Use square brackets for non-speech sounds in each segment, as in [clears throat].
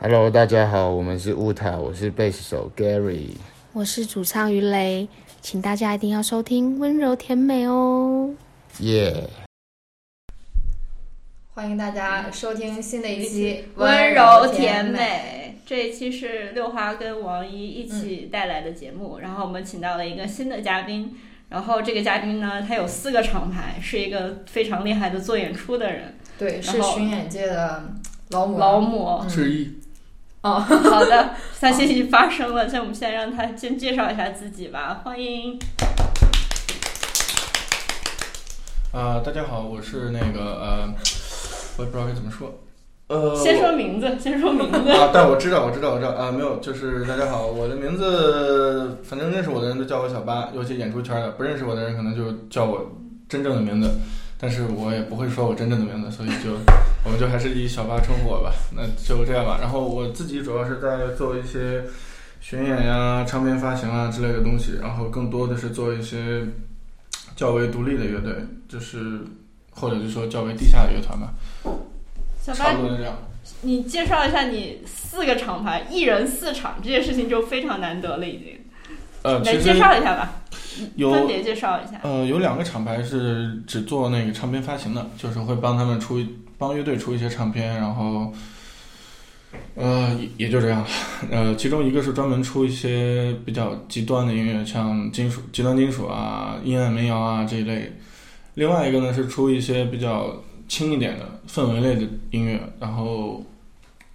Hello，大家好，我们是雾塔，我是贝斯手 Gary。我是主唱于雷，请大家一定要收听《温柔甜美》哦。耶、欢迎大家收听嗯新的一期《温柔柔甜美》。美。这一期是六花跟王一一起带来的节目，然后我们请到了一个新的嘉宾，然后这个嘉宾呢，他有四个厂牌，是一个非常厉害的做演出的人，对，然是后巡演界的劳模。劳模。之一。好 [laughs] 的，三星已发生了，所以我们现在让他先介绍一下自己吧，欢迎。呃，大家好，我是那个呃，我也不知道该怎么说。呃，先说名字，先说 [laughs] 名字。啊，但我知道，我知道，我知道啊、没有，就是大家好，我的名字，反正认识我的人都叫我小八，尤其演出圈的，不认识我的人可能就叫我真正的名字，但是我也不会说我真正的名字，所以就我们就还是以小八称呼我吧，那就这样吧。然后我自己主要是在做一些巡演呀、唱片发行啊之类的东西，然后更多的是做一些较为独立的乐队，就是或者是说较为地下的乐团吧，小差八不，多是这样。你介绍一下你四个厂牌，一人四场，这件事情就非常难得了，已经。呃，来其介实绍一下吧，有分别介绍一下。呃，有两个厂牌是只做那个唱片发行的，就是会帮他们出帮乐队出一些唱片，然后呃也也就这样了。呃，其中一个是专门出一些比较极端的音乐，像金属、极端金属啊、阴暗民谣啊这一类；另外一个呢是出一些比较轻一点的氛围类的音乐，然后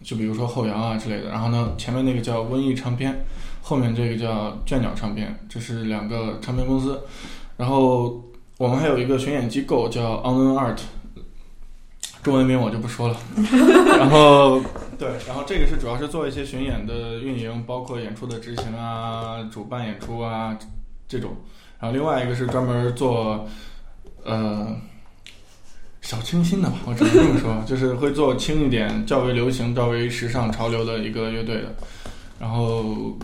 就比如说后摇啊之类的。然后呢，前面那个叫瘟疫唱片，后面这个叫倦鸟唱片，这是两个唱片公司。然后我们还有一个巡演机构叫 Unknown Art，中文名我就 [laughs] 不说了。然后对，然后这个是主要是做一些巡演的运营，包括演出的执行啊、主办演出啊这种。然后另外一个是专门做呃小清新的吧，我只能这 [laughs] 么说，就是会做轻一点、较为流行、较为时尚潮流的一个乐队的。然后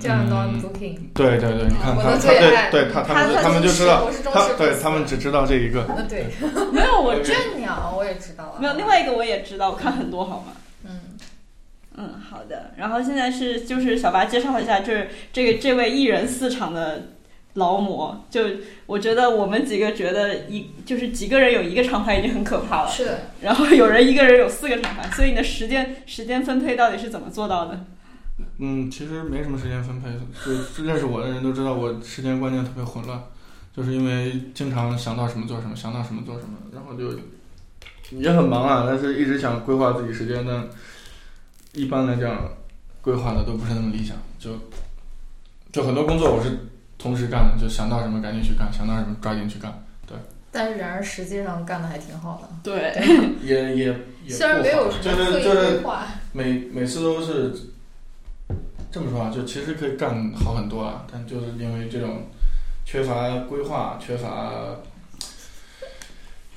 这样的嗯 Booking，对对对，你看我他的他最对爱对他他们他他们就知道，我是忠他实粉对丝他们只知道这一个，呃 [laughs] 对，没有，我这正鸟我也知道啊。没有另外一个我也知道，我看很多好吗？嗯，嗯，好的。然后现在是就是小八介绍一下，就是这个这位一人四场的劳模，就我觉得我们几个觉得一就是几个人有一个厂牌已经很可怕了，嗯是的，然后有人一个人有四个厂牌，所以你的时间时间分配到底是怎么做到的？嗯，其实没什么时间分配，就认识我的人都知道我时间观念特别混乱，就是因为经常想到什么做什么，想到什么做什么，然后就也很忙啊，但是一直想规划自己时间，但一般来讲规划的都不是那么理想，就就很多工作我是同时干的，就想到什么赶紧去干，想到什么抓紧去干，但是然而实际上干的还挺好的，对，也也也虽然没有不好什就么刻是意就是规划，每每次都是这么说啊，就其实可以干好很多啊，但就是因为这种缺乏规划、缺乏，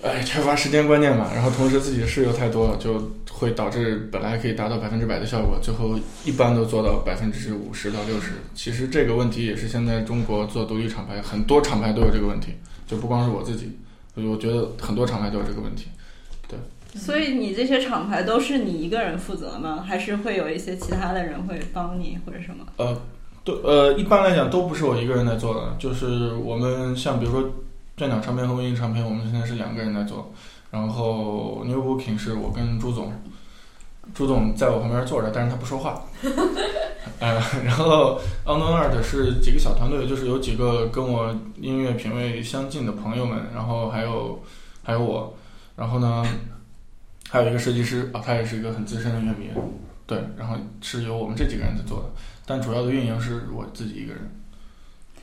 哎，缺乏时间观念吧，然后同时自己的事又太多了，就会导致本来可以达到百分之百的效果，最后一般都做到百分之五十到六十。其实这个问题也是现在中国做独立厂牌，很多厂牌都有这个问题，就不光是我自己，我觉得很多厂牌都有这个问题。所以你这些厂牌都是你一个人负责吗？还是会有一些其他的人会帮你或者什么？呃，对，呃，一般来讲都不是我一个人在做的，就是我们像比如说战鸟唱片和微音唱片，我们现在是两个人在做，然后 New Booking 是我跟朱总，朱总在我旁边坐着，但是他不说话。呃，然后 Unknown Art 是几个小团队，就是有几个跟我音乐品味相近的朋友们，然后还有还有我，然后呢，还有一个设计师啊，他也是一个很资深的乐迷，对，然后是由我们这几个人在做的。但主要的运营是我自己一个人。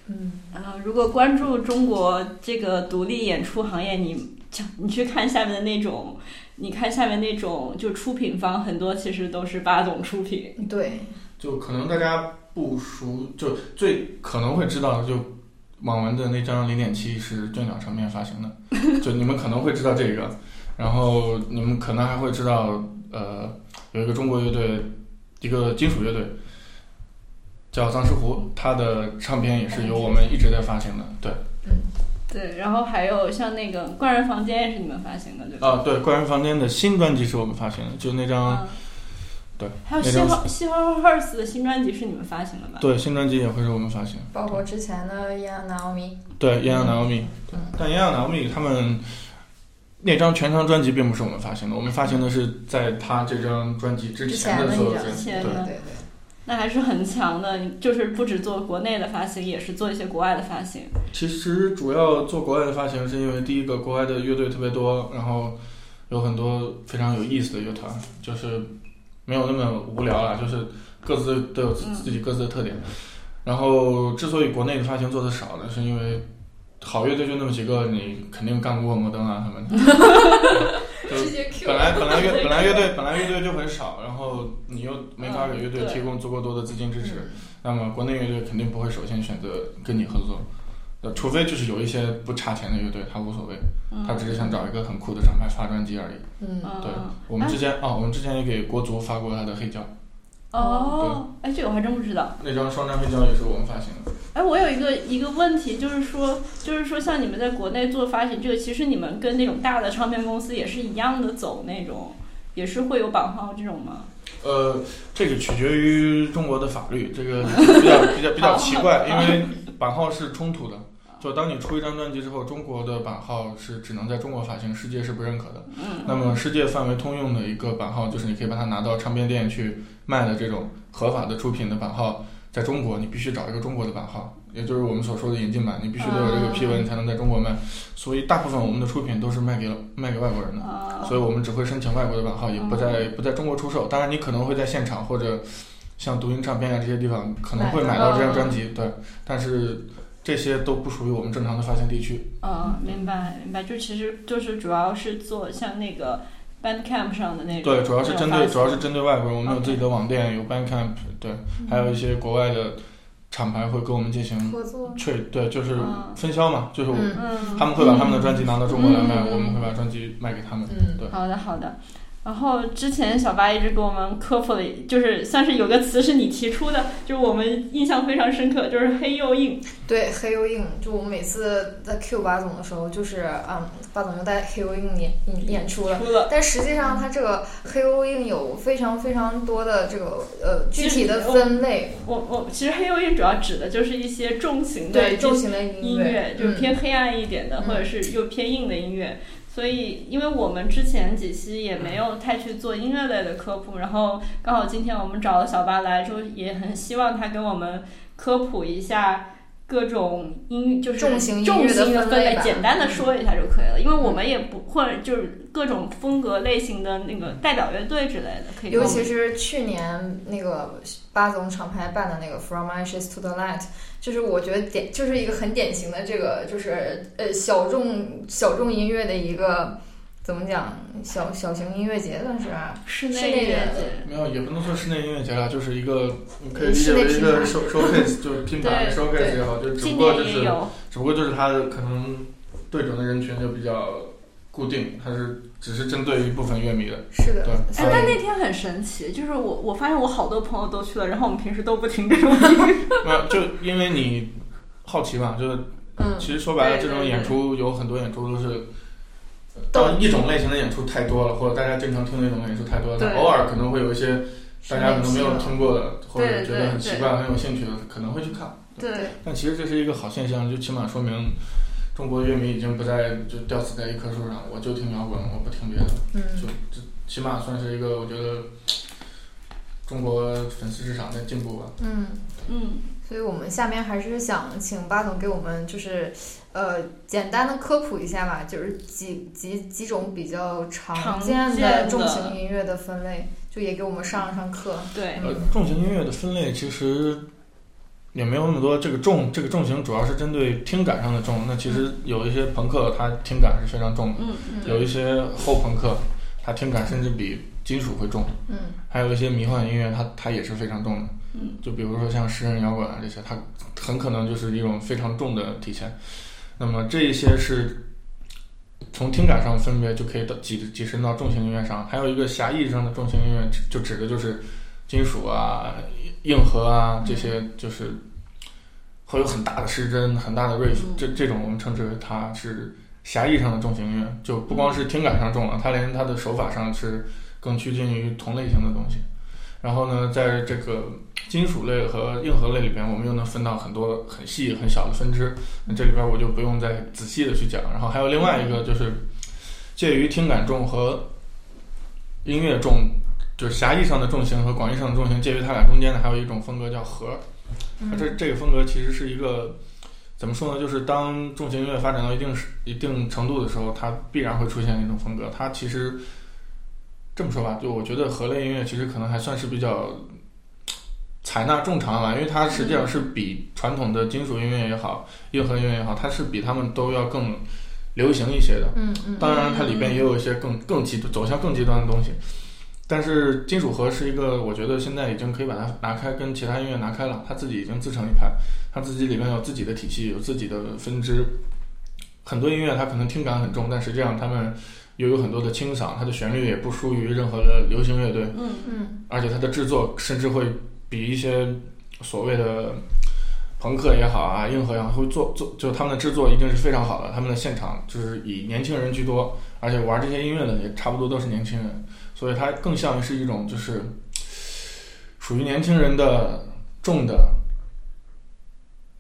嗯，呃，如果关注中国这个独立演出行业，你你去看下面的那种，你看下面那种就出品方，很多其实都是八总出品。对，就可能大家不熟，就最可能会知道的就网文的那张零点七是倦鸟唱片发行的，就你们可能会知道这个，然后你们可能还会知道，呃，有一个中国乐队，一个金属乐队叫藏尸湖，它的唱片也是由我们一直在发行的，对。对，然后还有像那个《怪人哦房间》也是你们发行的，对吧？啊，对，怪人房间的新专辑是我们发行的，就那张嗯对，还有那西张花西花 h e r s 的新专辑是你们发行的吧？对新专辑也会是我们发行。包括之前的嗯伊安娜奥米，对，一样 Naomi，对但一样 Naomi 他们那张全长专辑并不是我们发行的，我们发行的是在他这张专辑之之前前的所有一张专辑。之前对对的对对。那还是很强的，就是不只做国内的发行，也是做一些国外的发行。其实主要做国外的发行，是因为第一个国外的乐队特别多，然后有很多非常有意思的乐团，就是没有那么无聊了，就是各自都有自嗯自己各自的特点。然后之所以国内的发行做的少呢，是因为好乐队就那么几个，你肯定干不过摩登啊他们。就直接 Q 本来本来乐本来乐队本来乐队就很少，然后你又没法给乐队嗯对嗯提供足够多的资金支持，那么国内乐队肯定不会首先选择跟你合作，呃，除非就是有一些不差钱的乐队，他无所谓，嗯，他只是想找一个很酷的厂牌发专辑而已。嗯，嗯对，我们之前啊，我们之前也给国足发过他的黑胶，哦，哎，这个我还真不知道。那张双张黑胶也是我们发行的。哎，我有一个一个问题，就是说，就是说，像你们在国内做发行这个，其实你们跟那种大的唱片公司也是一样的走那种，也是会有版号这种吗？呃，这个取决于中国的法律，这个比较比较比较奇怪，因为版号是冲突的。就当你出一张专辑之后，中国的版号是只能在中国发行，世界是不认可的。嗯，那么世界范围通用的一个版号，就是你可以把它拿到唱片店去卖的这种合法的出品的版号，在中国你必须找一个中国的版号，也就是我们所说的引进版，你必须得有这个批文才能在中国卖。所以大部分我们的出品都是卖给了卖给外国人的，啊，所以我们只会申请外国的版号，也不在不在中国出售。当然，你可能会在现场或者像读音唱片啊这些地方可能会买到这张专辑，对，但是这些都不属于我们正常的发行地区。嗯，明白明白，就其实就是主要是做像那个 Bandcamp 上的那种，对，主要是针那种发对行主要是针对外国人，我们有自己的网店，有 Bandcamp，对，还有一些国外的厂牌会跟我们进行合作， trade，对，就是嗯分销嘛，就是我嗯嗯，他们会把他们的专辑拿到中国来卖，嗯我们会把专辑卖给他们。嗯，好的，好的。然后之前小八一直给我们科普了，就是算是有个词是你提出的，就是我们印象非常深刻，就是黑又硬。对黑油印，就我每次在 Q 巴总的时候，就是嗯，巴总就带黑油印演演演出了。出了但实际上，它这个黑油印有非常非常多的这个呃具体的分类，我我其实黑又硬主要指的就是一些重型的对这重型的音音乐，就嗯是偏黑暗一点的，嗯或者是又偏硬的音乐。所以，因为我们之前几期也没有太去做音乐类的科普，然后刚好今天我们找了小八来，就也很希望他给我们科普一下各种音，就是重型音重乐的型的分类类，吧嗯简单的说一下就可以了。因为我们也不或者就是各种风格类型的那个代表乐队之类的，可以跟尤我们其是去年那个巴总厂牌办的那个 From Ashes to the Light，就是我觉得典就是一个很典型的这个就是呃小众小众音乐的一个怎么讲小小型音乐节算是、室室内内乐的节。没有，也不能说室内音乐节了，就是一个你可以理解室内为一个品牌 show showcase，就 [laughs] 是拼盘对 showcase 也好，就只今不过年就也是有，只不过就是它的可能对准的人群就比较固定，它是只是针对一部分乐迷的，是的，对。所哎，但以那天很神奇，就是我我发现我好多朋友都去了，然后我们平时都不听这种音乐。没有，就因为你好奇嘛，就是嗯其实说白了，这种演出有很多演出都是，呃当一种类型的演出太多了，或者大家经常听的一种演出太多对了，偶尔可能会有一些大家可能没有是听过的，或者对觉得很奇对怪、很有兴趣的，可能会去看。对，但其实这是一个好现象，就起码说明中国乐迷已经不再就吊死在一棵树上，我就听摇滚，我不听别的，嗯就这起码算是一个我觉得中国粉丝市场在进步吧。嗯，嗯，所以我们下面还是想请巴总给我们就是呃简单的科普一下吧，就是几几几种比较常见常见的的重型音乐的分类，就也给我们上上课。嗯对，呃，重型音乐的分类其实也没有那么多。这个重，这个重型主要是针对听感上的重。那其实有一些朋克，它听感是非常重的；嗯有一些后朋克，它听感甚至比金属会重；嗯还有一些迷幻音乐，它它也是非常重的。嗯就比如说像诗人摇滚啊这些，它很可能就是一种非常重的体现。那么这一些是从听感上分别就可以到挤挤身到重型音乐上，还有一个狭义上的重型音乐指就指的就是金属啊、硬核啊这些，就是会有很大的失真、很大的 riff，、嗯这这种我们称之为它是狭义上的重型音乐，就不光是听感上重了，它连它的手法上是更趋近于同类型的东西。然后呢，在这个金属类和硬核类里边，我们又能分到很多很细很小的分支。那这里边我就不用再仔细的去讲。然后还有另外一个就是介于听感重和音乐重，就是狭义上的重型和广义上的重型介于它俩中间的，还有一种风格叫核。嗯它啊这这个风格其实是一个怎么说呢？就是当重型音乐发展到一定时一定程度的时候，它必然会出现一种风格。它其实这么说吧，就我觉得和类音乐其实可能还算是比较采纳众长吧，因为它实际上是比传统的金属音乐也好、硬核音乐也好，它是比他们都要更流行一些的。嗯嗯，当然，它里边也有一些更更极端走向更极端的东西。但是金属核是一个，我觉得现在已经可以把它拿开，跟其他音乐拿开了，它自己已经自成一派，它自己里面有自己的体系，有自己的分支。很多音乐它可能听感很重，但实际上他们又有很多的清嗓，它的旋律也不输于任何的流行乐队，嗯嗯而且它的制作甚至会比一些所谓的朋克也好啊，硬核也好，会做做，就是他们的制作一定是非常好的。他们的现场就是以年轻人居多，而且玩这些音乐的也差不多都是年轻人，所以它更像是一种就是属于年轻人的重的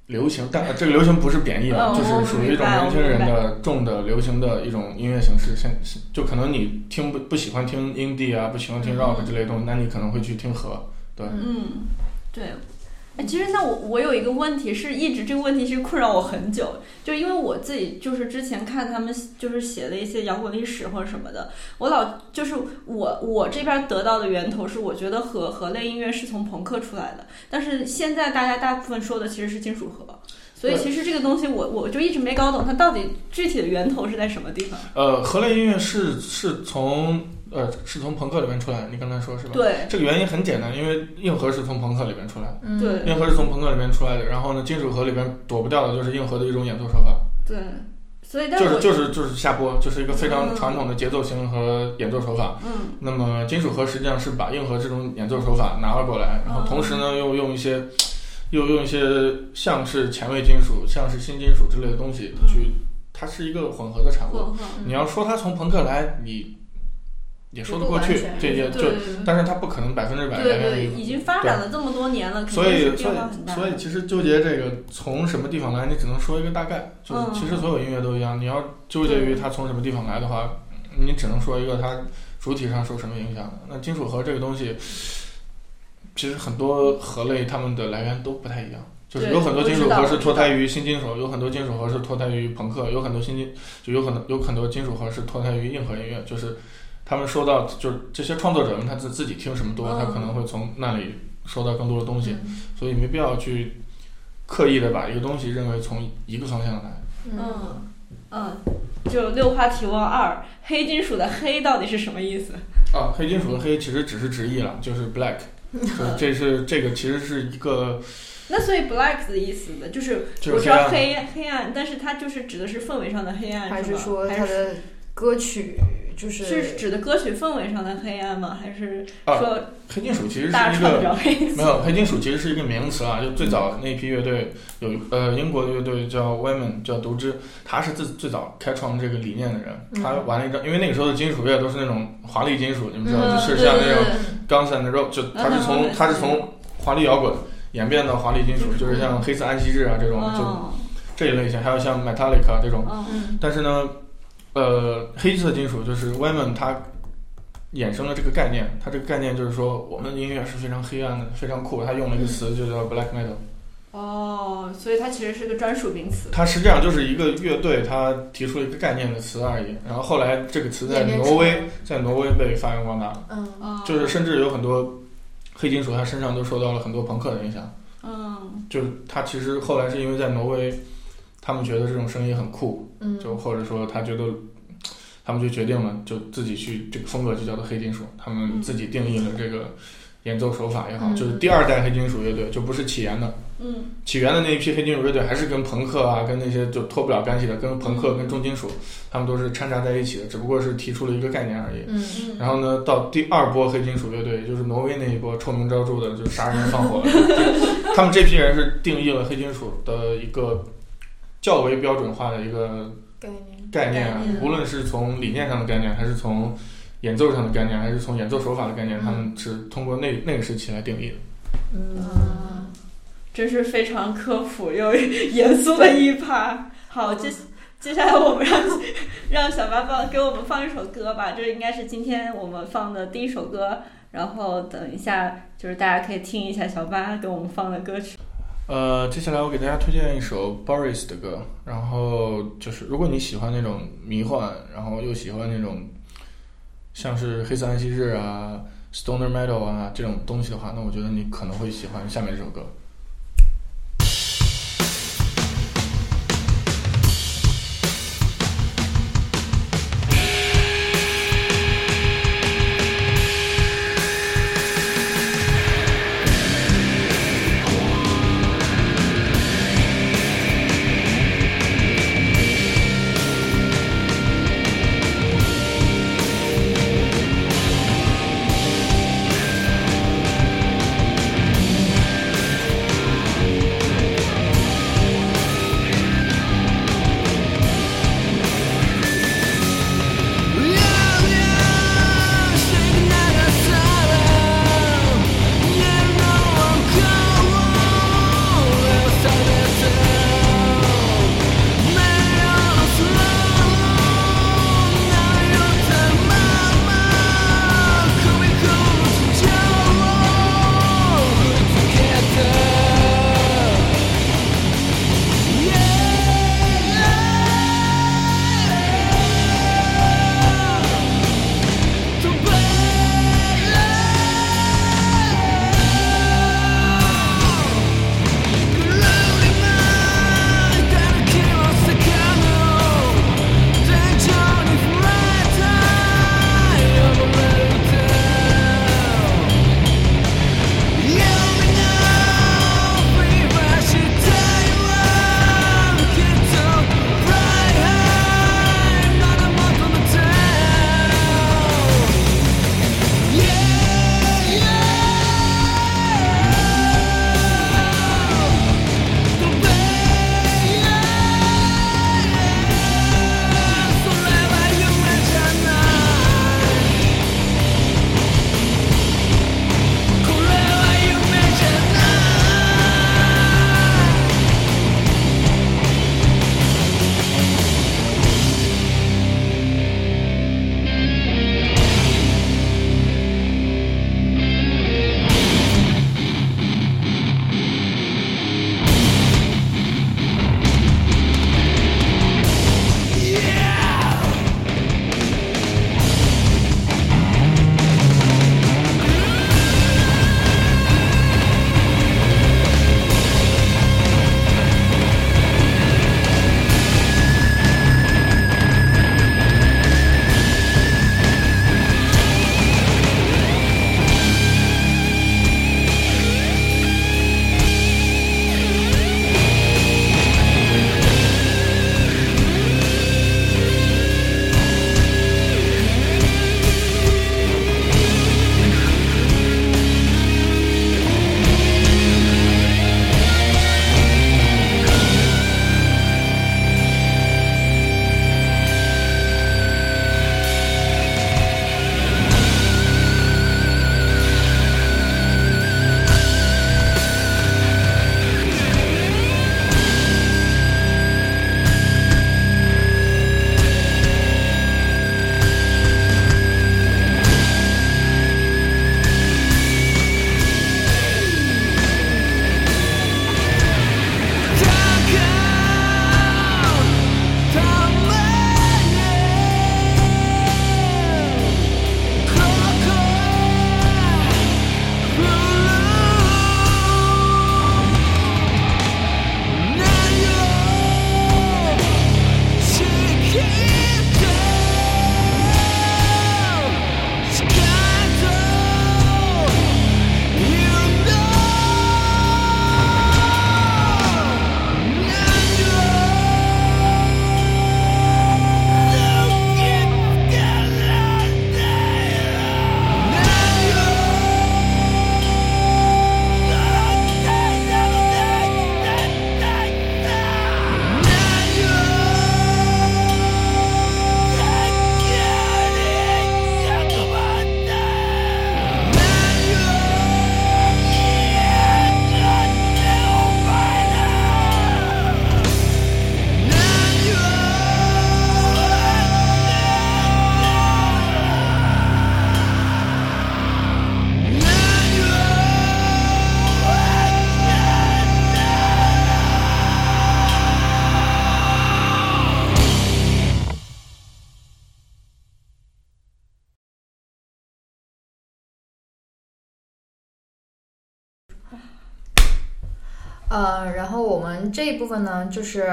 流行，但呃这个流行不是贬义的，哦就是属于一种年轻人我明白的重的流行的一种音乐形式。现就可能你听不不喜欢听 indie 啊，不喜欢听 rock 之类的东西，那你可能会去听和。对嗯嗯，对。哎，其实像我，我有一个问题是一直这个问题是困扰我很久，就是因为我自己就是之前看他们就是写的一些摇滚历史或者什么的，我老就是我我这边得到的源头是我觉得和和类音乐是从朋克出来的，但是现在大家大部分说的其实是金属核，所以对其实这个东西我我就一直没搞懂它到底具体的源头是在什么地方。呃，和类音乐是是从呃是从朋克里面出来的，你刚才说是吧？对这个原因很简单，因为硬核是从朋克里面出来的，嗯，对硬核是从朋克里面出来的，然后呢，金属核里边躲不掉的就是硬核的一种演奏手法，对，所以但就我是就是就是下拨，就是一个非常嗯传统的节奏型和演奏手法。嗯那么金属核实际上是把硬核这种演奏手法拿了过来，哦然后同时呢又用一些又用一些像是前卫金属、像是新金属之类的东西嗯去，它是一个混合的产物。混合你要说它从朋克来，你也说得过也去不完，全这也对就，但是它不可能百分之百对来源对，于。已经发展了这么多年了，肯所定是以，所变化很以，大。所以，其实纠结这个从什么地方来，你只能说一个大概。就是嗯其实所有音乐都一样，你要纠结于它从什么地方来的话，你只能说一个它主体上受什么影响。那金属核这个东西，其实很多核类它们的来源都不太一样。就是对有很多我金属知道核我是知脱道胎于新金属，有很多金属核是脱胎于朋克，有很多新金就有可能有很多金属核是脱胎于硬核音乐，就是他们收到就是这些创作者们他自自己听什么多，他嗯可能会从那里收到更多的东西，所以没必要去刻意的把一个东西认为从一个方向来。嗯，嗯嗯，就六花提问二，黑金属的黑到底是什么意思？啊，黑金属的黑其实只是直译了，就是 black，就是这是这个其实是一个那所以 black 的意思呢，就是就我是知黑道暗黑黑暗，但是它就是指的是氛围上的黑暗，还是是吗说还他是的歌曲就是是指的歌曲氛围上的黑暗吗？还是啊说黑金属其实大是一唱个比较黑？没有，黑金属其实是一个名词啊，就最早那一批乐队有一呃英国的乐队叫 Women，叫独枝，他是最最早开创这个理念的人。嗯他玩了一张，因为那个时候的金属乐都是那种华丽金属，你们知道，嗯就是对像对那种对 Guns N' Roses，就他是从嗯他是从华丽摇滚演变到华丽金属，就是像黑色安息日啊这种，就嗯这一类型，还有像 Metallica 这种。嗯嗯但是呢，呃，黑色金属就是 Wyman 它衍生了这个概念，它这个概念就是说我们的音乐是非常黑暗的，非常酷。它用了一个词就叫 black metal，哦，所以它其实是个专属名词。它实际上就是一个乐队它提出了一个概念的词而已。然后后来这个词在演变成挪威，在挪威被发扬光大，嗯哦就是甚至有很多黑金属它身上都受到了很多朋克的影响。嗯就是它其实后来是因为在挪威，他们觉得这种声音很酷，嗯就或者说他觉得，他们就决定了，就自己去这个风格就叫做黑金属，他们自己定义了这个演奏手法也好，嗯就是第二代黑金属乐队就不是起源的，嗯起源的那一批黑金属乐队还是跟朋克啊，跟那些就脱不了干系的，跟朋克跟重金属，他们都是掺杂在一起的，只不过是提出了一个概念而已。嗯嗯，然后呢，到第二波黑金属乐队，就是挪威那一波臭名昭著的，就是杀人放火了。 [laughs] 就他们这批人是定义了黑金属的一个较为标准化的一个概念概念啊概念，无论是从理念上的概念，还是从演奏上的概念，还是从演奏手法的概念，他们是通过那那个时期来定义的。嗯，这是非常科普又严肃的一趴。好，接接下来我们让 [laughs] 让小八放给我们放一首歌吧，这应该是今天我们放的第一首歌。然后等一下，就是大家可以听一下小八给我们放的歌曲。呃，接下来我给大家推荐一首 Boris 的歌，然后就是如果你喜欢那种迷幻，然后又喜欢那种像是黑色安息日啊、Stoner Metal 啊这种东西的话，那我觉得你可能会喜欢下面这首歌。oh. 呃，然后我们这一部分呢，就是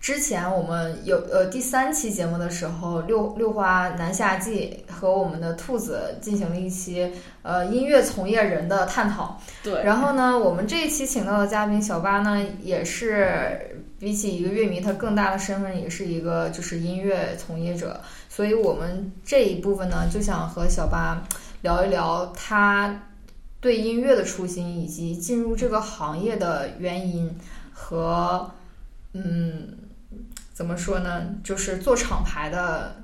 之前我们有呃第三期节目的时候，六六花南夏季和我们的兔子进行了一期呃音乐从业人的探讨。对，然后呢，我们这一期请到的嘉宾小八呢，也是比起一个乐迷，他更大的身份也是一个就是音乐从业者。所以我们这一部分呢，就想和小八聊一聊他对音乐的初心，以及进入这个行业的原因和嗯，怎么说呢，就是做厂牌的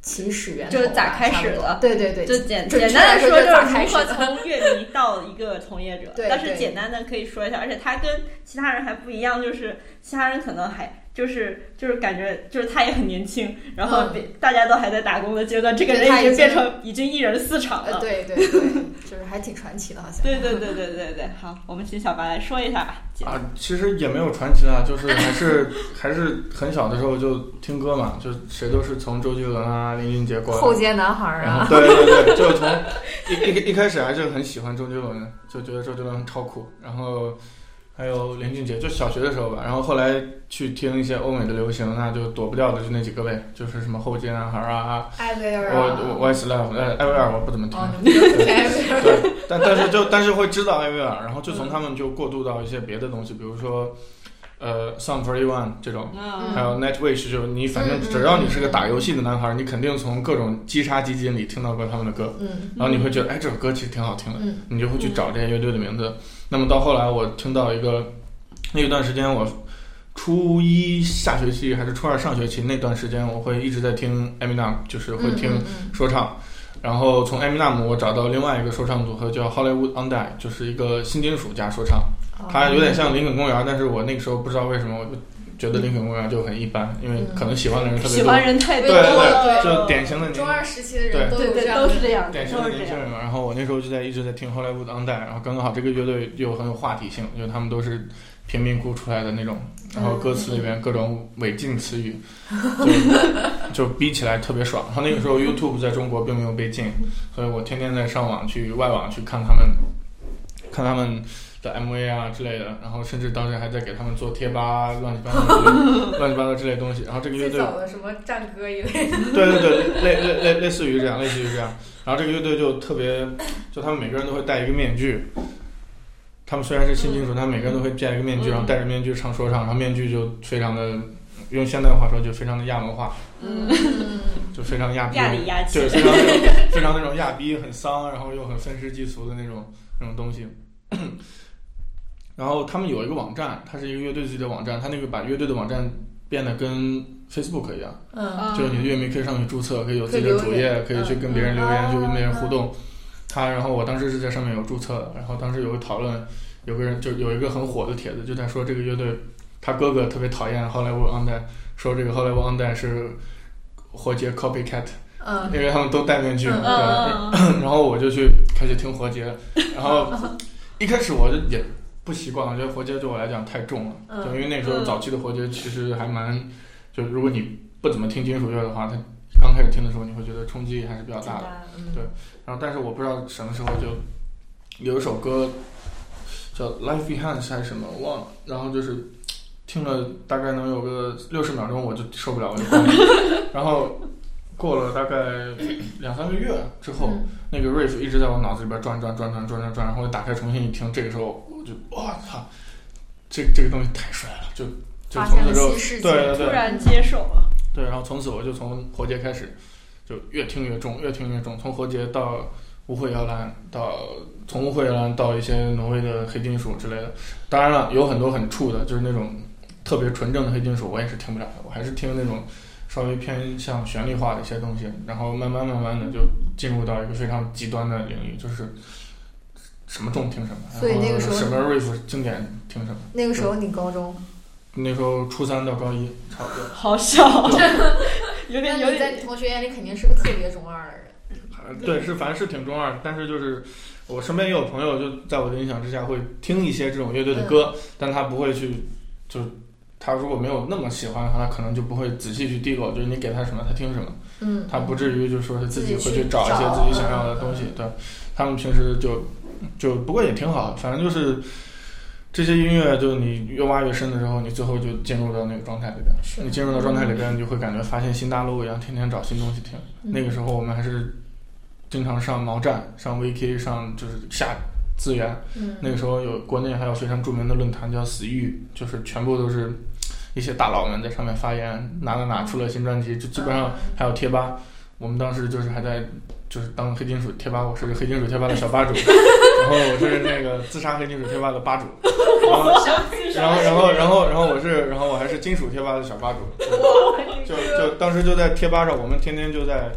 起始源头吧，就是咋开始差不多的对对对，就简准简确单来说的说，就就是咋是开如何始的。从乐迷到一个从业者对但是对简单的可以说一下，而且他跟其他人还不一样，就是其他人可能还就是就是感觉就是他也很年轻，然后嗯别大家都还在打工的阶段，这个对人他已已经变经成已经一人四场呃，了。对对对，就是还挺传奇的，好像。对对对对对对，好，我们请小白来说一下吧。姐啊，其实也没有传奇啊，就是还是 [laughs] 还是很小的时候就听歌嘛，就谁都是从周杰伦啊、林俊杰过来的。后街男孩儿然啊，后对对对，就是从一一一开始还是很喜欢周杰伦，就觉得周杰伦超酷。然后还有林俊杰，就小学的时候吧。然后后来去听一些欧美的流行，那就躲不掉的就那几个呗，就是什么后街男孩嗯啊，艾薇我儿我啊，我 West Life，呃，艾薇儿我不怎么听。哦，你们就是艾薇 [laughs] 儿，对，但但是就但是会知道艾薇儿，然后就从他们就过渡到一些别的东西，比如说呃《Song for You One》这种，嗯还有 Nightwish，就是你反正嗯嗯只要你是个打游戏的男孩，你肯定从各种击杀集锦里听到过他们的歌，嗯然后你会觉得哎这首歌其实挺好听的，嗯你就会去找这些乐队的名字。那么到后来我听到一个那一段时间我。初一下学期还是初二上学期那段时间，我会一直在听 Eminem，就是会听嗯嗯说唱，然后从 Eminem 我找到另外一个说唱组合叫 Hollywood Undead，就是一个新金属加说唱，嗯它有点像林肯公园，但是我那个时候不知道为什么我就觉得林肯公园就很一般，因为可能喜欢的人特别喜多，欢人太多对对了，对，就典型的年嗯中二时期的人对都有这对对，样都是的这样，典型都的是这年轻样。人嘛。然后我那时候就在一直在听 Hollywood Undead，然后刚好这个乐队又很有话题性，因为他们都是贫民窟出来的那种，然后歌词里边各种违禁词语， [laughs] 就就逼起来特别爽。然后那个时候 YouTube 在中国并没有被禁，所以我天天在上网去外网去看他们，看他们。的 MV 啊之类的，然后甚至当时还在给他们做贴吧，乱七八糟 [laughs] 之类乱七八糟之类的东西。然后这个乐最队早的什么战歌一类的，对 [laughs] 对对，类类类类似于这样，类似于这样。然后这个乐队就特别，就他们每个人都会戴一个面具。他们虽然是新金属，他们每个人都会戴一个面具，嗯然后戴着面具唱说唱，然后面具就非常的，用现代话说就非常的亚文化，嗯，就非常亚逼，亚里亚气对，，非常那种非常那种亚逼，很丧，然后又很愤世嫉俗的那种那种东西。然后他们有一个网站，它是一个乐队自己的网站，它那个把乐队的网站变得跟 Facebook 一样。嗯就是你的乐迷可以上去注册，可以有自己的主页，可可以留言以去跟别人留嗯言，就跟别人互动。他，然后我当时是在上面有注册的，然后当时有个讨论，有个人就有一个很火的帖子，就在说这个乐队，他哥哥特别讨厌后来我 on 带，说这个后来我 on 带是活结 copycat，嗯因为他们都戴面具嘛，嗯对吧嗯，然后我就去开始听活结，然后一开始我就也不习惯，我觉得活结对我来讲太重了。就嗯因为那时候嗯早期的活结其实还蛮，就如果你不怎么听金属乐的话，它刚开始听的时候你会觉得冲击还是比较大的。嗯对然后，但是我不知道什么时候就有一首歌叫《Life Behind》还是什么，我忘了。然后就是听了大概能有个六十秒钟，我就受不了，我就关了。然后过了大概两三个月之后，嗯那个 riff 一直在我脑子里边转转转转转转转，然后我打开重新一听，这个时候我就我操，这这个东西太帅了，就就发从现此了之后新，世界，对对突对然接受了，对，然后从此我就从活结开始，就越听越重，越听越重，从活结到无悔摇篮，到从无悔摇篮到一些挪威的黑金属之类的。当然了，有很多很怵的，就是那种特别纯正的黑金属，我也是听不了的，我还是听那种稍微偏向旋律化的一些东西，然后慢慢慢慢的就进入到一个非常极端的领域，就是什么重听什么，所以那个时然候后什么 riff 经典听什么。那个时候你高中，那时候初三到高一差不多，好 [laughs] 笑，那有点有你在点你同学眼里肯定是个特别中二的人。呃对，是凡是挺中二，但是就是我身边也有朋友，就在我的影响之下会听一些这种乐队的歌，但他不会去，就是他如果没有那么喜欢的话，他可能就不会仔细去 dig，就是你给他什么他听什么，嗯，他不至于就说是自己会去找一自己去找些自己想要的东西。对，他们平时就就不过也挺好，反正就是。这些音乐就你越挖越深的时候，你最后就进入到那个状态里边。是你进入到状态里边，你就会感觉发现新大陆一样，天天找新东西听。嗯那个时候我们还是经常上毛站、上 VK、上就是下资源。嗯，那个时候有国内还有非常著名的论坛叫死狱，就是全部都是一些大佬们在上面发言，哪哪哪出了新专辑，就基本上还有贴吧。我们当时就是还在就是当黑金属贴吧，我是黑金属贴吧的小吧主，然后我是那个自杀黑金属贴吧的吧主，然后然后然后然后然后我是然后我还是金属贴吧的小吧主，哦就就当时就在贴吧上，我们天天就在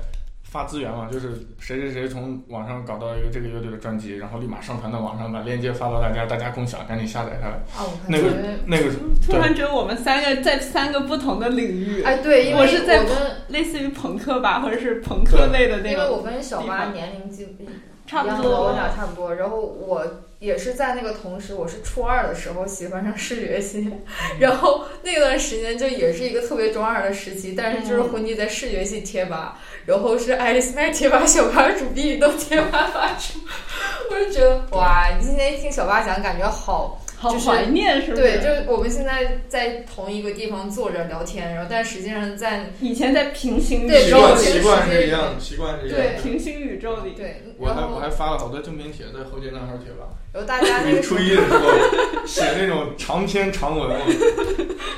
发资源嘛，就是谁谁谁从网上搞到一个这个乐队的专辑，然后立马上传到网上，把链接发到大家，大家共享，赶紧下载下来。啊，我感那个觉，那个突嗯然觉得我们三个在三个不同的领域，哎，对，因为我是在跟类似于朋克吧，或者是朋克类的那因为种，我跟小八年龄基本差不一样的我多。俩差不多。然后我也是在那个同时，我是初二的时候喜欢上视觉系，嗯然后那段时间就也是一个特别中二的时期，但是嗯就是混迹在视觉系贴吧，然后是爱丽丝麦贴吧、小八主 B 都贴吧发出，我就觉得哇，你今天一听小八讲，感觉好。好就是怀念，是不对，是？就是我们现在在同一个地方坐着聊天，然后但实际上在以前在平行宇对习然后惯宙我，习惯是一样，习惯是一样对的。平行宇宙里，对，我然还后我还发了好多正品帖在后街男孩贴吧，然后大家那你个时初候一的时候写那种长篇长文嘛，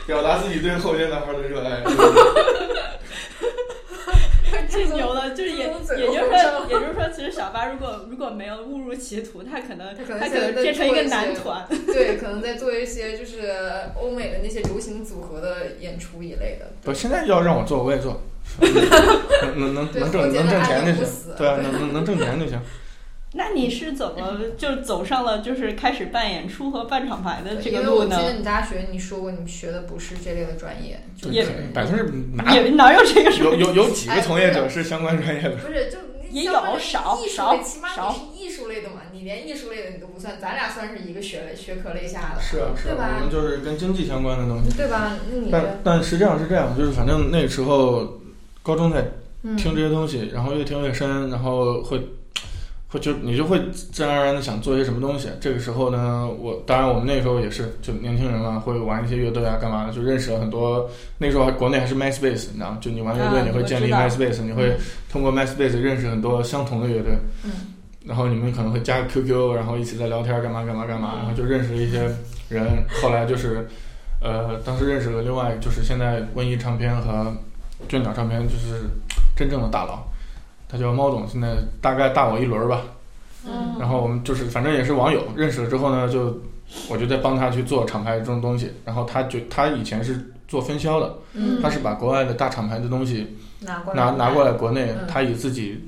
表达自己对后街男孩的热爱。 [laughs] 太牛了！就是也也猪就是嘴说，肉也就是说，其实小八如果如果没有误入歧途，他可能他可能他可现在能在变成一做个一些 [laughs] 男团，对，可能在做一些就是欧美的那些流行组合的演出一类的。 [laughs] 不，现在要让我做我也 [laughs] 做，能能能对能后挣街能男挣孩钱也就不行死，对啊，能能能挣钱就行。那你是怎 [laughs] 么就走上了就是开始办演出和办厂牌的这个因为我路记呢？得你大学你说过你学的不是这类的专业，就也是百分之哪也哪有这个什有么？有有几个从业哎者是相关专业的？不是就你也有相关的少艺术少类，起码少你是艺术类的嘛，你连艺术类的你都不算，咱俩算是一个学类学科类下的，是啊，是对吧啊，我们就是跟经济相关的东西。对吧？那你但的但实际上是这样，就是反正那时候高中在嗯，听这些东西，然后越听越深，然后会会就你就会自然而然的想做一些什么东西。这个时候呢，我当然我们那时候也是就年轻人嘛，会玩一些乐队啊，干嘛的，就认识了很多。那时候还国内还是 MySpace，你知道吗？就你玩乐队，啊你会建立我嗯 MySpace，你会通过 MySpace 认识很多相同的乐队。嗯。然后你们可能会加个 QQ，然后一起在聊天，干嘛干嘛干嘛，然后就认识了一些人。后来就是，呃，当时认识了另外就是现在瘟疫唱片和倦鸟唱片就是真正的大佬，他叫猫总，现在大概大我一轮儿吧。嗯然后我们就是反正也是网友，认识了之后呢，就我就在帮他去做厂牌这种东西。然后他就他以前是做分销的，嗯他是把国外的大厂牌的东西拿过来拿拿过来国内嗯，他以自己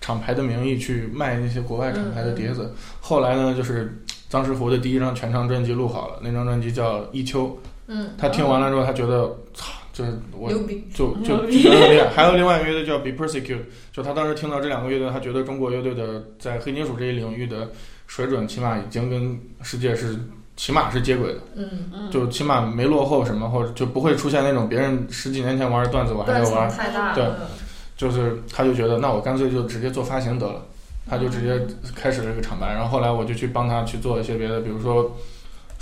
厂牌的名义去卖那些国外厂牌的碟嗯子。后来呢，就是张石湖的第一张全长专辑录好了，那张专辑叫《一秋》，嗯，他听完了之后，他觉得操，就是我牛逼，就就牛就逼觉得很厉害。还有另外一个乐队叫 Be Persecute，就他当时听到这两个乐队，他觉得中国乐队的在黑金属这一领域的水准，起码已经跟世界是起码是接轨的，嗯，嗯就起码没落后什么，或者就不会出现那种别人十几年前玩的段子我还断在层玩，太大对了，就是他就觉得那我干脆就直接做发行得了，他就直接开始了这个厂牌。然后后来我就去帮他去做一些别的，比如说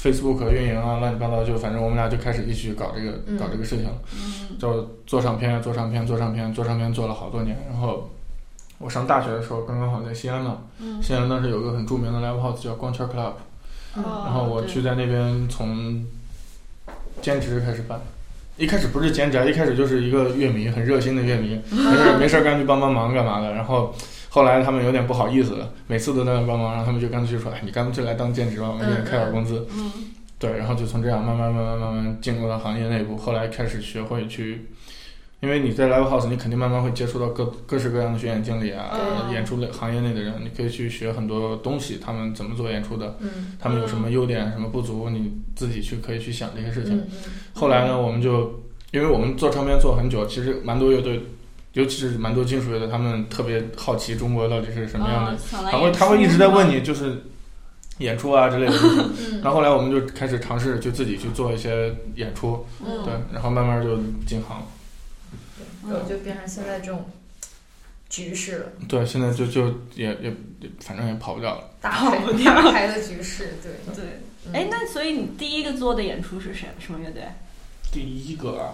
Facebook 运营啊，乱七八糟，就反正我们俩就开始一起搞这个嗯搞这个事情了。嗯就做唱片，做唱片，做唱片，做唱片，做了好多年。然后我上大学的时候，刚刚好在西安嘛，嗯西安当时有个很著名的 live house 叫光圈 club，哦然后我去在那边从兼职开始办。一开始不是兼职，啊，一开始就是一个乐迷，很热心的乐迷，没事没事儿干去帮帮忙干嘛的。然后后来他们有点不好意思，每次都在那帮忙，然后他们就干脆就说：“哎，你干脆来当兼职吧，我们给你开点工资。嗯对，然后就从这样慢慢慢慢慢慢进入到行业内部，后来开始学会去，因为你在 live house，你肯定慢慢会接触到各各式各样的巡演经理啊、嗯对演出类行业内的人，你可以去学很多东西，他们怎么做演出的，嗯他们有什么优点、什么不足，你自己去可以去想这些事情。嗯后来呢，我们就因为我们做唱片做很久，其实蛮多乐队，尤其是蛮多金属乐队，他们特别好奇中国到底是什么哦样的，的他会他会一直在问你，就是演出啊之类的事情。嗯 [laughs] 然后后来我们就开始尝试，就自己去做一些演出，呃嗯对，然后慢慢就进行了。对，我就变成现在这种局势了，对，现在就就也也也反正也跑不掉了。打开跑不掉打开的局势，对。对，嗯哦哎，那所以你第一个做的演出是谁？什么乐队？第一个啊，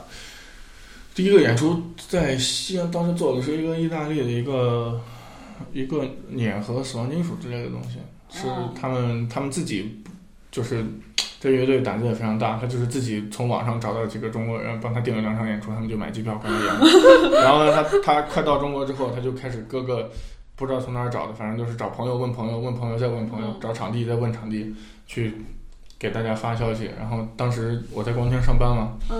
第一个演出在西安，当时做的是一个意大利的一个一个碾和死亡金属之类的东西，是哦他们他们自己就是这乐队胆子也非常大，他就是自己从网上找到几个中国人，帮他订了两场演出，他们就买机票开始演。 [laughs] 然后呢，他他快到中国之后，他就开始各个不知道从哪儿找的，反正就是找朋友问朋友，问朋友再问朋友嗯，找场地再问场地，去给大家发消息。然后当时我在光天上班嘛。嗯，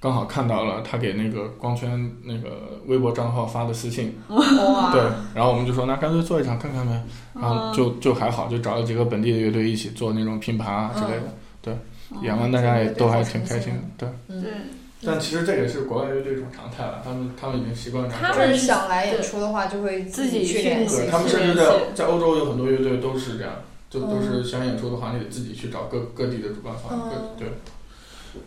刚好看到了他给那个光圈那个微博账号发的私信，哇，对，然后我们就啊说那干脆做一场看看呗，然后啊就就还好，就找了几个本地的乐队一起做那种拼盘啊之类的，演完大家也都还挺开心的，对。嗯对嗯，，但其实这也是国外乐队一种常态了，他们他们已经习惯这样他做。就们是想来演出的话，就会己去联系对对他们甚至是在是在欧洲有很多乐队都是这样，就都是想演出的话，你得自己去找各各地的主办方，各嗯对。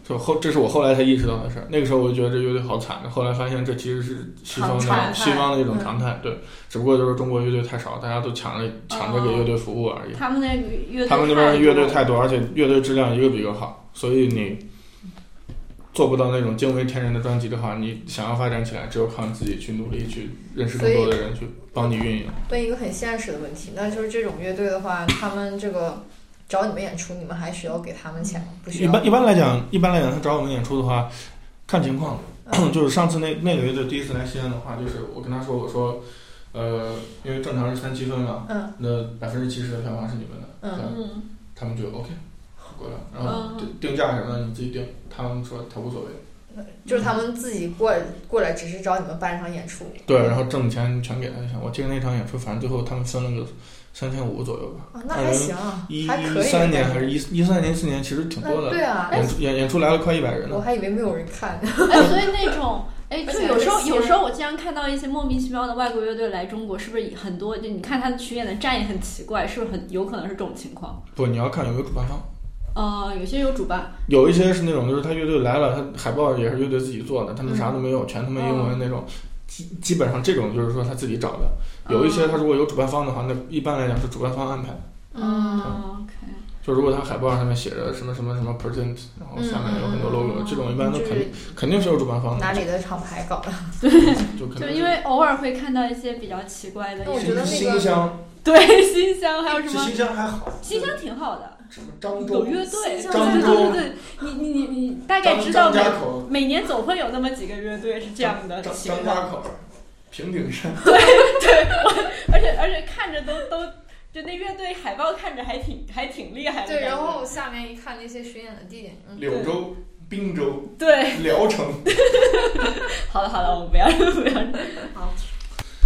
就后，这是我后来才意识到的事儿。那个时候我就觉得这乐队好惨，后来发现这其实是西方常态的西方的一种常态，对。只不过就是中国乐队太少，大家都抢着抢着给乐队服务而已。他们那个乐队，他们那边乐队太多，而且乐队质量一个比一个好，所以你做不到那种惊为天人的专辑的话，你想要发展起来，只有靠你自己去努力，去认识更多的人，去帮你运营。问一个很现实的问题，那就是这种乐队的话，他们这个找你们演出，你们还需要给他们钱吗？不需一要。般一般来嗯讲，一般来讲，他找我们演出的话，看情况。嗯 [clears throat] 就是上次那那个乐队第一次来西安的话，就是我跟他说，我说，呃，因为正常是三七分嘛，嗯那百分之七十的票房是你们的，嗯对嗯，他们就 OK 过来，然后嗯定定价什么的你自己定，他们说他无所谓，就是他们自己过过来，只是找你们办一场演出。对，然后挣的钱全给他就行。我记得那场演出，反正最后他们分了个三千五左右吧，啊，那还行啊，一还可以。三年还是一一三年、一四年，其实挺多那的。对啊，演出演演出来了快一百人我呢，还以为没有人看。哎，所以那种。 [laughs] 哎，而就且有时候，还是有时候我经常看到一些莫名其妙的外国乐队来中国，是不是很多？就你看他的巡演的站也很奇怪，是不是很有可能是这种情况？不，你要看有没有主办方。呃，有些有主办，有一些是那种，就是他乐队来了，他海报也是乐队自己做嗯的，他们啥都没有，全他妈英文那种。基基本上这种就是说他自己找的。有一些他如果有主办方的话，那一般来讲是主办方安排。 [laughs] 嗯，OK，就如果他海报上面写着什么什么什么 present，然后下面有很多 logo，、嗯这种一般都就肯定是肯定是有主办方的，哪里的厂牌搞的？就肯就定因为偶尔会看到一些比较奇怪的那我乐觉得队，是那个新乡， [laughs] 对新乡还有什是么新乡还好，新乡挺好的，什么漳有州、乐队，对漳对对州对对，你你你你大概张知道张每家口、每年总会有那么几个乐队是这样的张情张家况，口、平顶山，而且而且看着都都就那乐队海报看着还挺还挺厉害的感对，觉，然后下面一看那些巡演的地点，嗯，柳州、滨州、对，聊城。好了好了，我们不要 [laughs] 不要，好，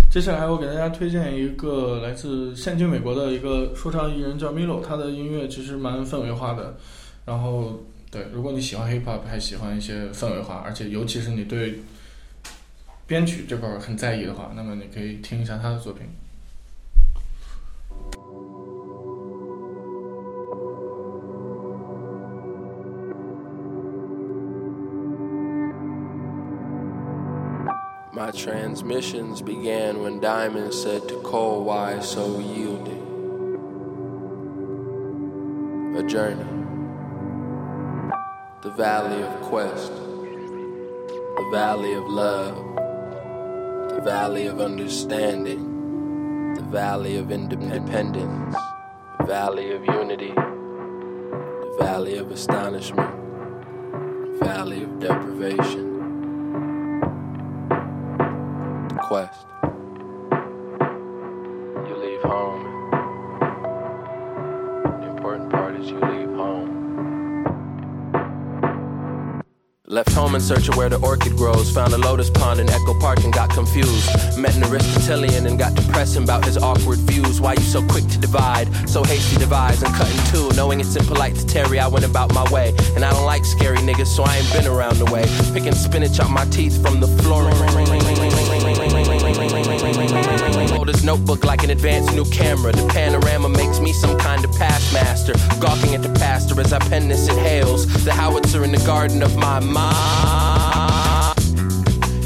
接下来我给大家推荐一个来自现今美国的一个说唱艺人叫 Milo，他的音乐其实蛮氛围化的。然后，对，如果你喜欢 hip hop，还喜欢一些氛围化，而且尤其是你对编曲这块儿很在意的话，那么你可以听一下他的作品。 My transmissions began when Diamond said to Cole, Why so yielding? A journey. The valley of quest. The valley of love. The valley of understanding. The valley of independence. The valley of unity. The valley of astonishment. The valley of deprivation quest. You leave home. The important part is you leave home. Left home in search of where the orchid grows. Found a lotus pond in Echo Park and got confused. Met an Aristotelian and got depressing about his awkward views. Why you so quick to divide, so hasty divides and cut in two? Knowing it's impolite to Terry, I went about my way. And I don't like scary niggas, so I ain't been around the way. Picking spinach out my teeth from the flooring. Hold his notebook like an advanced new camera. The panorama makes me some kind of past master. Gawking at the pastor as I pen this, it hails. The howitzer in the garden of my mind.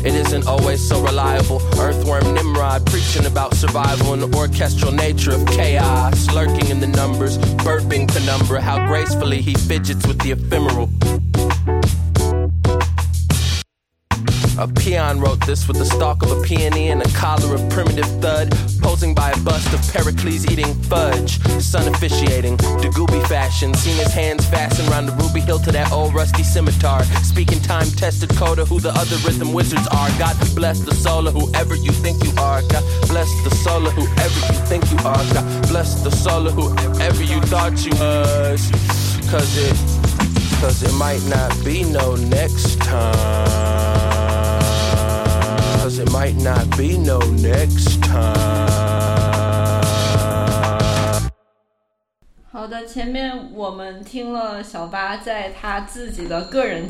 It isn't always so reliable. Earthworm Nimrod preaching about survival and the orchestral nature of chaos. Lurking in the numbers, burping penumbra. How gracefully he fidgets with the ephemeral. A peon wrote this with the stalk of a peony and a collar of primitive thud, posing by a bust of Pericles eating fudge. Sun officiating, the gooby fashion, seen his hands fastened round the ruby hilt of that old rusty scimitar. Speaking time tested coda who the other rhythm wizards are. God bless the soul of whoever you think you are. God bless the soul of whoever you think you are. God bless the soul of whoever you thought you was. Cause it, cause it might not be no next time. Cause it might not be no next time. 好的，前面我们听了小八在他自己的个人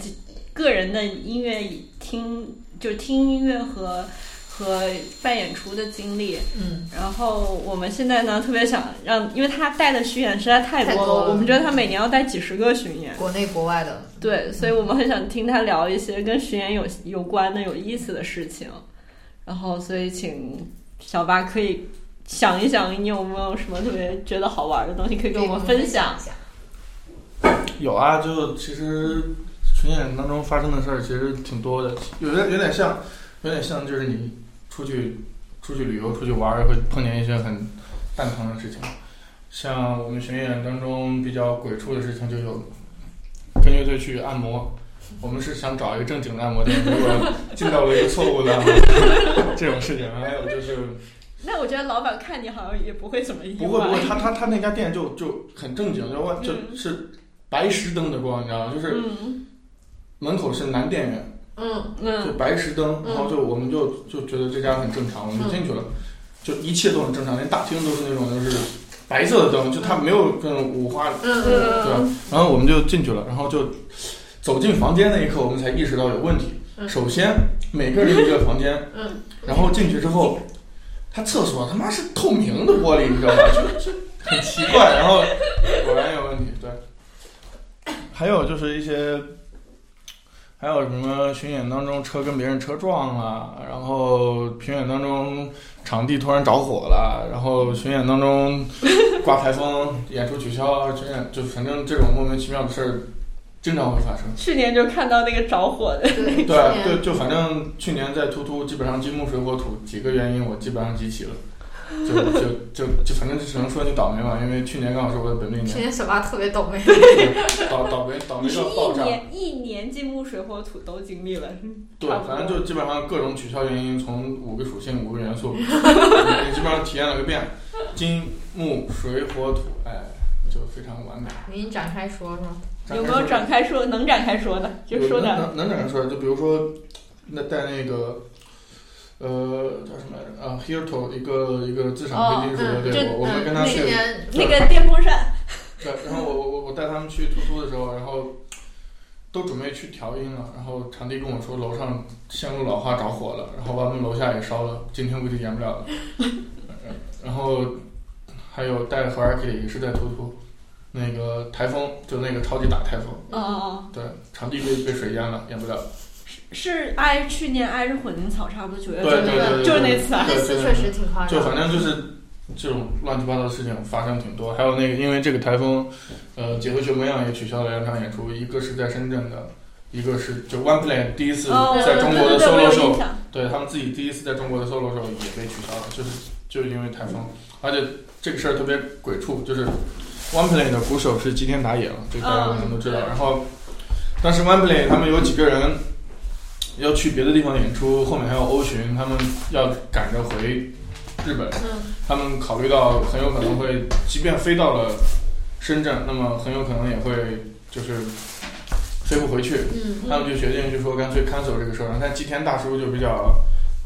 个人的音乐听，就听音乐和和办演出的经历。嗯，然后我们现在呢，特别想让，因为他带的巡演实在太多太多了我们觉得他每年要带几十个巡演。嗯国内国外的，对，所以我们很想听他聊一些跟巡演有有关的有意思的事情。然后，所以请小八可以想一想，你有没有什么特别觉得好玩的东西可可以以跟我们分享一？下。有啊，就其实巡演当中发生的事儿其实挺多的，有点有点像，有点像就是你出去出去旅游、出去玩儿会碰见一些很蛋疼的事情。像我们巡演当中比较鬼畜的事情就有，跟乐队去按摩，我们是想找一个正经的按摩店，结果进到了一个错误的按摩店， [laughs] 这种事情。还有就是那我觉得老板看你好像也不会怎么意不会不会，他他他那家店就就很正经，就外就是白石灯的光，你知道吗？就是。嗯门口是男店员，嗯，就嗯，白石灯，然后就我们就就觉得这家很正常，我们就进去了，就一切都很正常，连大厅都是那种就是白色嗯的灯，就它没有那种五花，嗯对吧？然后我们就进去了，然后就走进房间那一刻，我们才意识到有问题。嗯首先，每个人一个房间，嗯，然后进去之后，他厕所他妈是透明的玻璃，你知道吗？就就很奇怪，然后果然有问题，对。还有就是一些，还有什么巡演当中车跟别人车撞了，然后巡演当中场地突然着火了，然后巡演当中刮台风，演出取消，啊巡演就反正这种莫名其妙的事儿经常会发生。去年就看到那个着火 [laughs] 的，对对对，就反正去年在突突，基本上金木水火土几个原因，我基本上集齐了，就就就就反正就只能说你倒霉吧，因为去年刚好是我的本命去年，年小八特别倒 [laughs] 霉，倒倒霉倒你霉是到一爆炸。年一年进木水火土都经历了，对差，不多反正就基本上各种取消原因，从五个属性、五个 [laughs] 元素，你基本上体验了个遍。金木水火土，哎，就非常完美。给你展开说说。展开有没有说展开说能展开说的就有说能点。能能展开说，就比如说，那在那个，呃，叫什么来着？啊 h e r t o 一个一个自哦赏飞金属的嗯队这伍，我们跟他嗯去去，年那个电风扇，对，然后我我我我带他们去突突的时候，然后都准备去调音了，然后场地跟我说楼上线路老化着火了，然后把我们楼下也烧了，今天估计演不了了。然后还有带和 r k 也是在突突，那个台风就那个超级大台风，嗯哦哦，对，场地被被水淹了，演不了。是挨去年挨着混凝草差不多九月对中旬，对对对，就是那次啊对那对次对确实挺夸张就的，反正就是这种乱七八糟的事情发生挺多。还有那个，因为这个台风，呃，解合学模样也取消了两场演出，一个是在深圳的，一个是就 One Play 第一次哦，在中国对对的对我 solo 有印 show，象。对他们自己第一次在中国的 solo show 也被取消了，就是就是因为台风，而且这个事儿特别鬼畜，就是 One Play 的鼓手是吉田打野了，这个大家可能都知道。嗯然后当时 One Play 他们有几个人要去别的地方演出，后面还有欧巡，他们要赶着回日本。嗯他们考虑到很有可能会，即便飞到了深圳，那么很有可能也会就是飞不回去。嗯他们就决定就说干脆 cancel 这个事儿。但吉田大叔就比较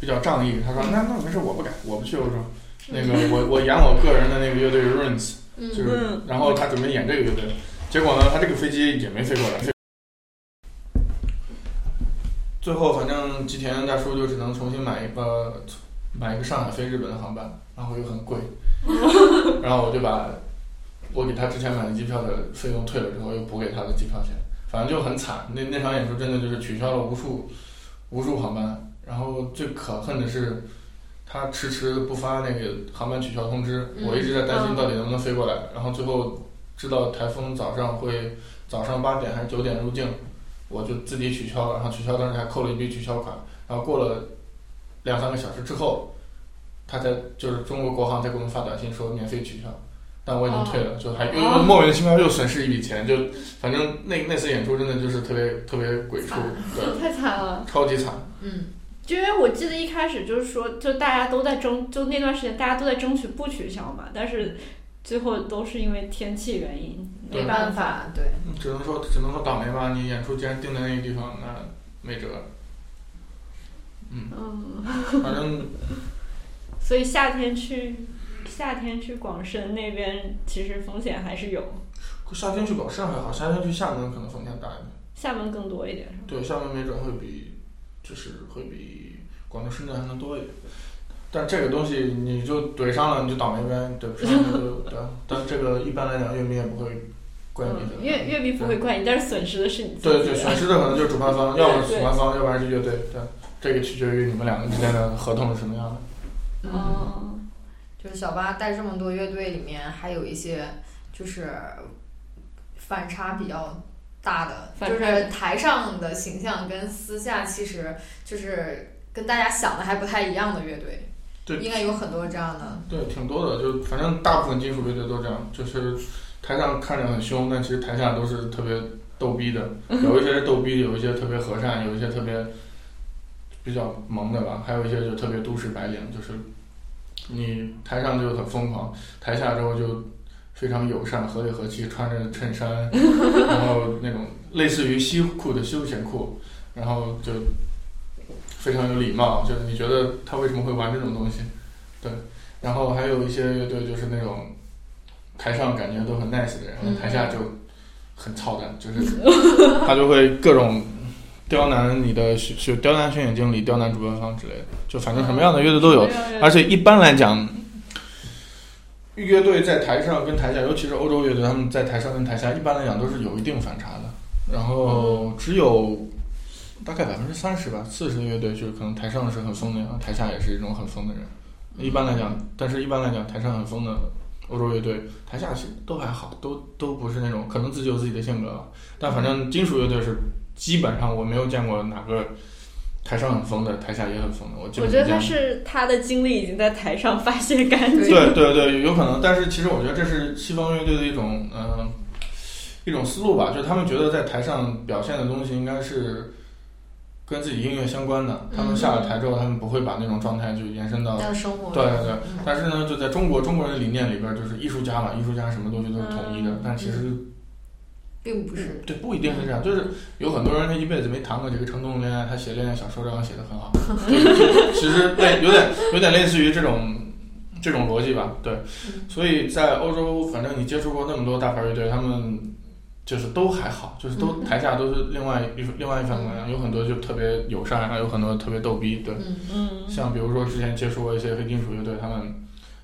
比较仗义，他说嗯那那没事，我不改，我不去欧洲。那 [laughs] 个我我演我个人的那个乐队 Ruins，就嗯是嗯，然后他准备演这个乐队，结果呢，他这个飞机也没飞过来。最后，反正吉田大叔就只能重新买一个买一个上海飞日本的航班，然后又很贵，然后我就把我给他之前买的机票的费用退了之后，又补给他的机票钱，反正就很惨。那那场演出真的就是取消了无数无数航班，然后最可恨的是，他迟迟不发那个航班取消通知，嗯我一直在担嗯心到底能不能飞过来。然后最后知道台风早上会早上八点还是九点入境，我就自己取消了。然后取消当时还扣了一笔取消款。然后过了两三个小时之后，他才就是中国国航才给我们发短信说免费取消。但我已经退哦了，就还又又莫名其妙又损失一笔钱，就反正那那次演出真的就是特别特别鬼畜惨，对，太惨了，超级惨。嗯，就因为我记得一开始就是说，就大家都在争，就那段时间大家都在争取不取消嘛，但是最后都是因为天气原因，没没办办法。法，对，只能说只能说倒霉吧。你演出既然定在那个地方，那没辙。嗯，嗯，反正所以夏天去夏天去广深那边，其实风险还是有，夏天去搞上海好，夏天去厦门可能风险大一点。厦门更多一点，是吧？对，厦门没准会比，就是会比广州、深圳还能多一点。但这个东西你就怼上了，你就倒霉呗，怼不上你就对。啊但这个一般来讲，乐迷也不会怪你的。嗯，乐乐迷不会怪你，但是损失的是你自己。对对，损失的可能就是主办方，要么是主办方，要不然是乐队。对，啊这个取决于你们两个之间的合同是什么样的。嗯，哦，就是小八带这么多乐队里面，还有一些就是反差比较。大的反就差是台上的形象跟私下其实就是跟大家想的还不太一样的乐队，对应该有很多这样的，对，挺多的，就反正大部分金属乐队都这样，就是台上看着很凶，但其实台下都是特别逗逼的，有一些是逗逼，有一些特别和善，有一些特别比较萌的吧，还有一些就特别都市白领，就是你台上就很疯狂，台下之后就非常友善、和里和气，穿着衬衫，然后那种类似于西裤的休闲裤，然后就非常有礼貌，就是你觉得他为什么会玩这种东西？对，然后还有一些乐队就是那种台上感觉都很 nice 的人，然后台下就很操蛋，就是他就会各种刁难你的学学刁难巡演经理、刁难主办方之类的，就反正什么样的乐队都有。而且一般来讲，乐队在台上跟台下，尤其是欧洲乐队，他们在台上跟台下一般来讲都是有一定反差的。然嗯后只有大概百分之三十吧，四十的乐队就是可能台上是很疯的人，台下也是一种很疯的人。嗯一般来讲，但是一般来讲，台上很疯的欧洲乐队，台下其实都还好，都都不是那种可能自己有自己的性格吧。但反正金属乐队是基本上我没有见过哪个台上很疯的，台下也很疯的。我基我本觉得没见他过是他的精力已经在台上发泄干净。对对对，有可能。但是其实我觉得这是西方乐队的一种嗯、呃一种思路吧，就是他们觉得在台上表现的东西应该是跟自己音乐相关的。他们下了台之后，他们不会把那种状态就延伸到。但生活嗯对对对，嗯但是呢，就在中国中国人的理念里边，就是艺术家嘛，艺术家什么东西都是统一的，但其实并不是，对不一定是这样，就是有很多人他一辈子没谈过这个成功的恋爱，他写恋爱小说照样写的很好，就是其实类有点有点类似于这种这种逻辑吧，对，所以在欧洲，反正你接触过那么多大牌乐队，他们就是都还好，就是都台下都是另外一另外一番模样，有很多就特别友善，啊还有很多特别逗逼，对，嗯， [laughs] 嗯，像比如说之前接触过一些黑金属乐队，他们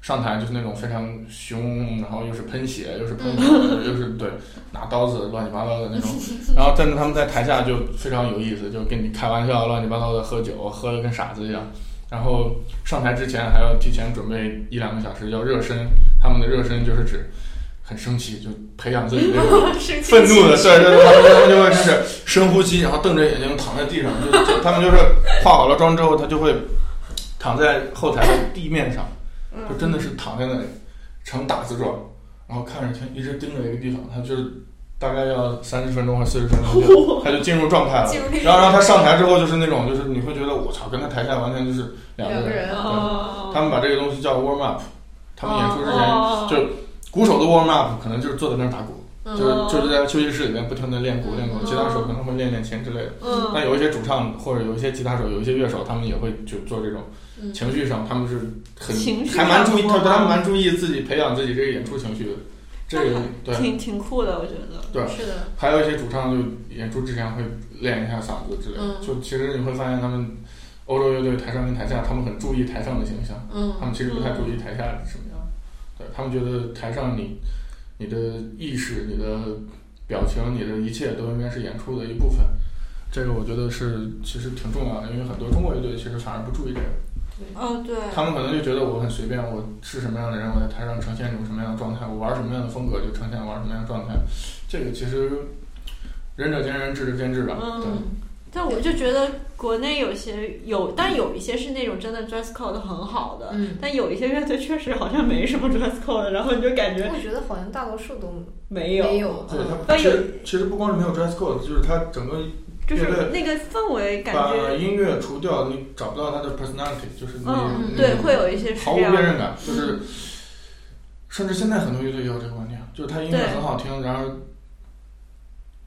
上台就是那种非常凶，然后又是喷血，又是喷火，又是对拿刀子乱七八糟的那种。然后但是他们在台下就非常有意思，就跟你开玩笑，啊乱七八糟的喝酒，喝的跟傻子一样。然后上台之前还要提前准备一两个小时要热身，他们的热身就是指很生气，就培养自己那种生气愤怒的，对对对，他们他们就会是深呼吸，然后瞪着眼睛躺在地上，就就他们就是化好了妆之后，他就会躺在后台的地面上，就真的是躺在那里呈打字状，然后看着天一直盯着一个地方，他就是大概要三十分钟或四十分钟就，他就进入状态了进入那。个然后然后他上台之后就是那种，就是你会觉得我操，跟他台下完全就是两个两个人。人对哦，他们把这个东西叫 warm up，他们演出之前哦就鼓手的 warm up 可能就是坐在那儿打鼓。嗯就是就是在休息室里面不停的练鼓练鼓，吉他手可能会练练琴之类的。嗯，那有一些主唱或者有一些吉他手，有一些乐手，他们也会就做这种嗯情绪上，他们是很情绪还蛮注意，上他的他们蛮注意自己培养自己这个演出情绪的。这个对，挺挺酷的，我觉得。是的，还有一些主唱就演出之前会练一下嗓子之类的。嗯就其实你会发现他们欧洲乐队台上跟台下，他们很注意台上的形象。他嗯们其实不太注意台下是什么样，对他们觉得台上你你的意识、你的表情、你的一切都应该是演出的一部分。这个我觉得是其实挺重要的，因为很多中国乐队其实反而不注意这个。嗯哦，对，他们可能就觉得我很随便，我是什么样的人，我在台上呈现一种什么样的状态，我玩什么样的风格就呈现玩什么样的状态。这个其实仁者见仁，智者见智吧。嗯对，，但我就觉得国内有些有，但有一些是那种真的 dress code 很好的，嗯，但有一些乐队确实好像没什么 dress code，然后你就感觉我觉得好像大多数都没嗯没有，有对，嗯它其实其实不光是没有 dress code，就是它整个就是乐队那个氛围感把觉，音乐除掉，你找不到它的 personality，就是你、嗯，你对，会有一些是毫无这样嗯辨的，认感，就是甚至现在很多乐队也有这个问题，啊，就是它音乐对很好听，然而。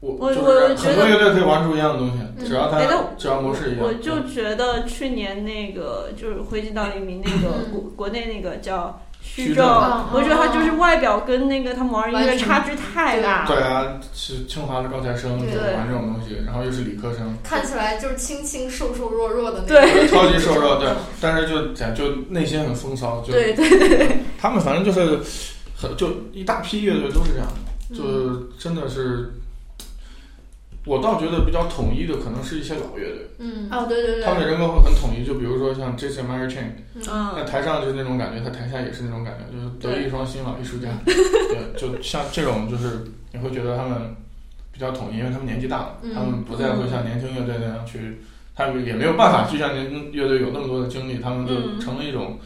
我嗯我就是我觉很多得乐队可以玩出一样的东西，只要它哎但只要模式一样。我对就觉得去年那个就是《灰烬到黎明》那个嗯国国内那个叫虚虚正正，嗯我觉得他就是外表跟那个他们玩音乐差距太大对了。啊，是清华的高材生对，就玩这种东西，然后又是理科生 [laughs] 看起来就是清清瘦瘦弱弱的那对种。超级瘦弱，对，但是就讲就内心很风骚，就对对，他们反正就是很就一大批乐队都是这样嗯的，就真的是。我倒觉得比较统一的可能是一些老乐队，嗯哦对对他们的对，人格会很统一。就比如说像 J C Mary Chain，那嗯，台上就是那种感觉，他台下也是那种感觉，就是德对艺双馨老艺术家。对，就像这种，就是你会觉得他们比较统一，因为他们年纪大了，嗯他们不再会像年轻乐队那样去，他们也没有办法去像年轻乐队有那么多的精力，他们就嗯成了一种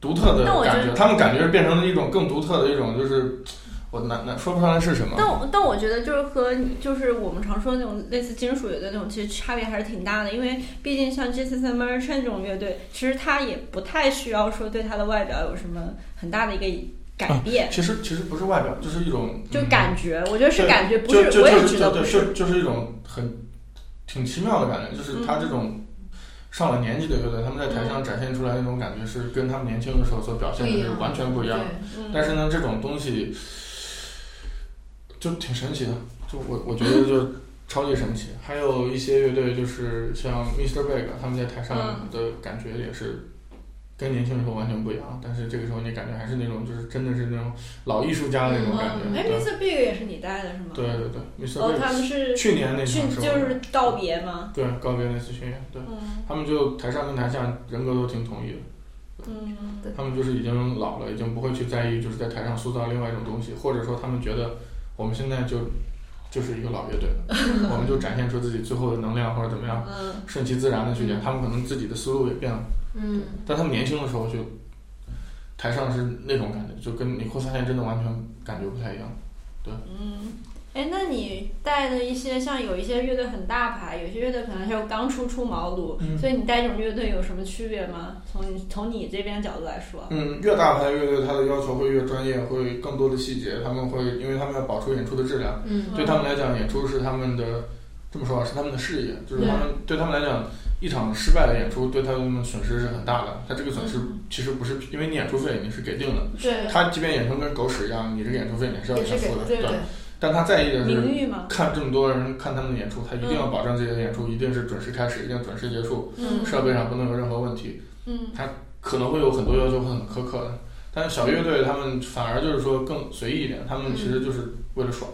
独特的但我觉感得觉，他们感觉变成了一种更独特的一种，就是我难难说不上来是什么。但我但我觉得就是和你就是我们常说的那种类似金属乐队那种，其实差别还是挺大的，因为毕竟像 j e s u s m e r c h a n 这种乐队，其实他也不太需要说对他的外表有什么很大的一个啊改变，其实其实不是外表，就是一种就嗯感觉，我觉得是对感觉，不就是就我就也觉是得就不，就是就就是一种很挺奇妙的感觉，就是嗯他这种上了年纪的乐队，他们在台上展现出来那种感觉是跟他们年轻的时候所表现的是完全不一样的。嗯但是呢，这种东西就挺神奇的，就我我觉得就超级神奇。还有一些乐队就是像 Mr. Big，他啊们在台上嗯的感觉也是。跟年轻的时候完全不一样，但是这个时候你感觉还是那种，就是真的是那种老艺术家的那种感觉。哎，Mr. Big 也是你带的是吗？对对对对，Mr. Big 哦，他们是去去年那场是我就是道别吗？对告别那次巡演，对嗯他们就台上跟台下人格都挺统一的，嗯他们就是已经老了，已经不会去在意就是在台上塑造另外一种东西，或者说他们觉得我们现在就就是一个老乐队了，我们就展现出自己最后的能量或者怎么样，嗯，顺其自然的去演，他们可能自己的思路也变了，嗯，但他们年轻的时候就台上是那种感觉，就跟你会发现真的完全感觉不太一样。哎，那你带的一些像有一些乐队很大牌，有些乐队可能就刚出出茅庐，嗯所以你带这种乐队有什么区别吗？从你从你这边角度来说，嗯，越大牌的乐队，他的要求会越专业，会更多的细节，他们会因为他们要保持演出的质量。嗯对他们来讲，演出是他们的，这么说吧，啊是他们的事业，就是他们对他们来讲，一场失败的演出对他们损失是很大的。他这个损失嗯其实不是因为你演出费你是给定的，对，他即便演成跟狗屎一样，你这个演出费你是要也是全给付的，对对，但他在意的名是誉吗？看这么多人看他们的演出，他一定嗯要保证自己的演出一定是准时开始，一定准时结束，嗯设备上不能有任何问题。嗯可能会有很多要求会很苛刻的，但是小乐队他们反而就是说更随意一点，他们其嗯实就是为了爽，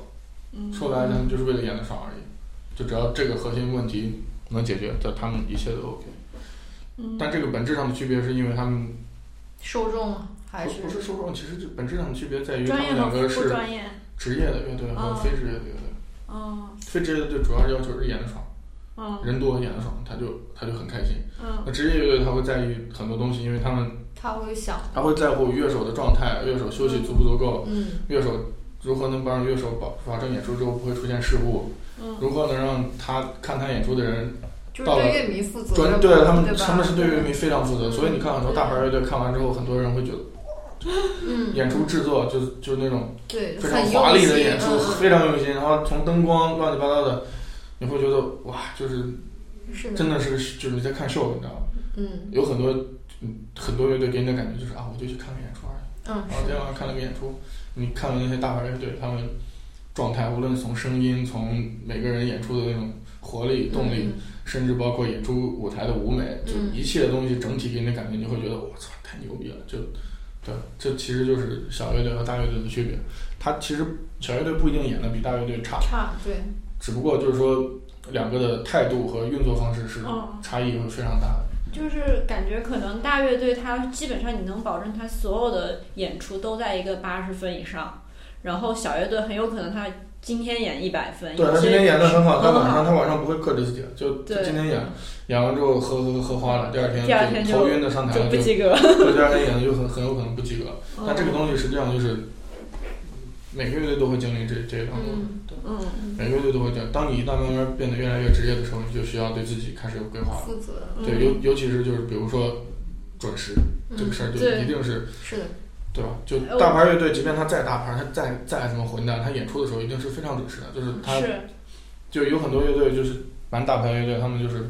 嗯说白了他们就是为了演的爽而已，就只要这个核心问题能解决，这他们一切都 OK。嗯但这个本质上的区别是因为他们受众还不是不是受众，其实这本质上的区别在于他专们业两和个不是专业，职业的乐队和哦非职业的乐队。嗯非职业的队主要要求是演的爽，嗯人多演的爽，他就他就很开心。嗯那职业乐队他会在意很多东西，因为他们他会想，他会在乎乐手的状态，乐手休息足不足够，嗯乐手如何能帮乐手保保证演出之后不会出现事故，嗯如何能让他看他演出的人就是到了对乐迷负责专任，对他们对吧？他们是对乐迷非常负责，所以你看很多大牌乐队看完之后，很多人会觉得嗯，演出制作就就是那种对，非常很华用丽的心演出，嗯非常用心，然后从灯光乱七八糟的，你会觉得哇，就是嗯是的真的是就是你在看秀，你知道吗？嗯有很多嗯很多乐队给你的感觉就是啊，我就去看个演出而已。嗯然后今天晚啊上看了个演出，你看了那些大牌乐队，他们状态，无论从声音，从每个人演出的那种活力、动力，甚至包括演出舞台的舞美，就嗯一切东西整体给你的感觉，你会觉得我操太牛逼了！就对，这其实就是小乐队和大乐队的区别。他其实小乐队不一定演的比大乐队差，差对，只不过就是说两个的态度和运作方式是嗯，差异会非常大的。就是感觉可能大乐队它基本上你能保证它所有的演出都在一个八十分以上，然后小乐队很有可能它今天演一百分，对有他些今天演的很好，他很 [laughs] 晚好上他晚上不会克制自己的，就就对今天演演完之后喝喝喝花了，第二天第二天就头晕的上台就了，不就 [laughs] 及格。对第二天演的就很很有可能不及格。但这嗯个东西实际上就是每个乐队都会经历这这一段过程，嗯嗯，每个乐队都会这样。当你一旦慢慢变得越来越职业的时候，你就需要对自己开始有规划了。负责，对，嗯尤尤其是就是比如说准时这个事儿，就对一定是嗯是的，对吧？就哎我大牌乐队，即便他再大牌，他再再怎么混蛋，他演出的时候一定是非常准时的。就是他嗯是就有很多乐队就是蛮大牌乐队，他们就是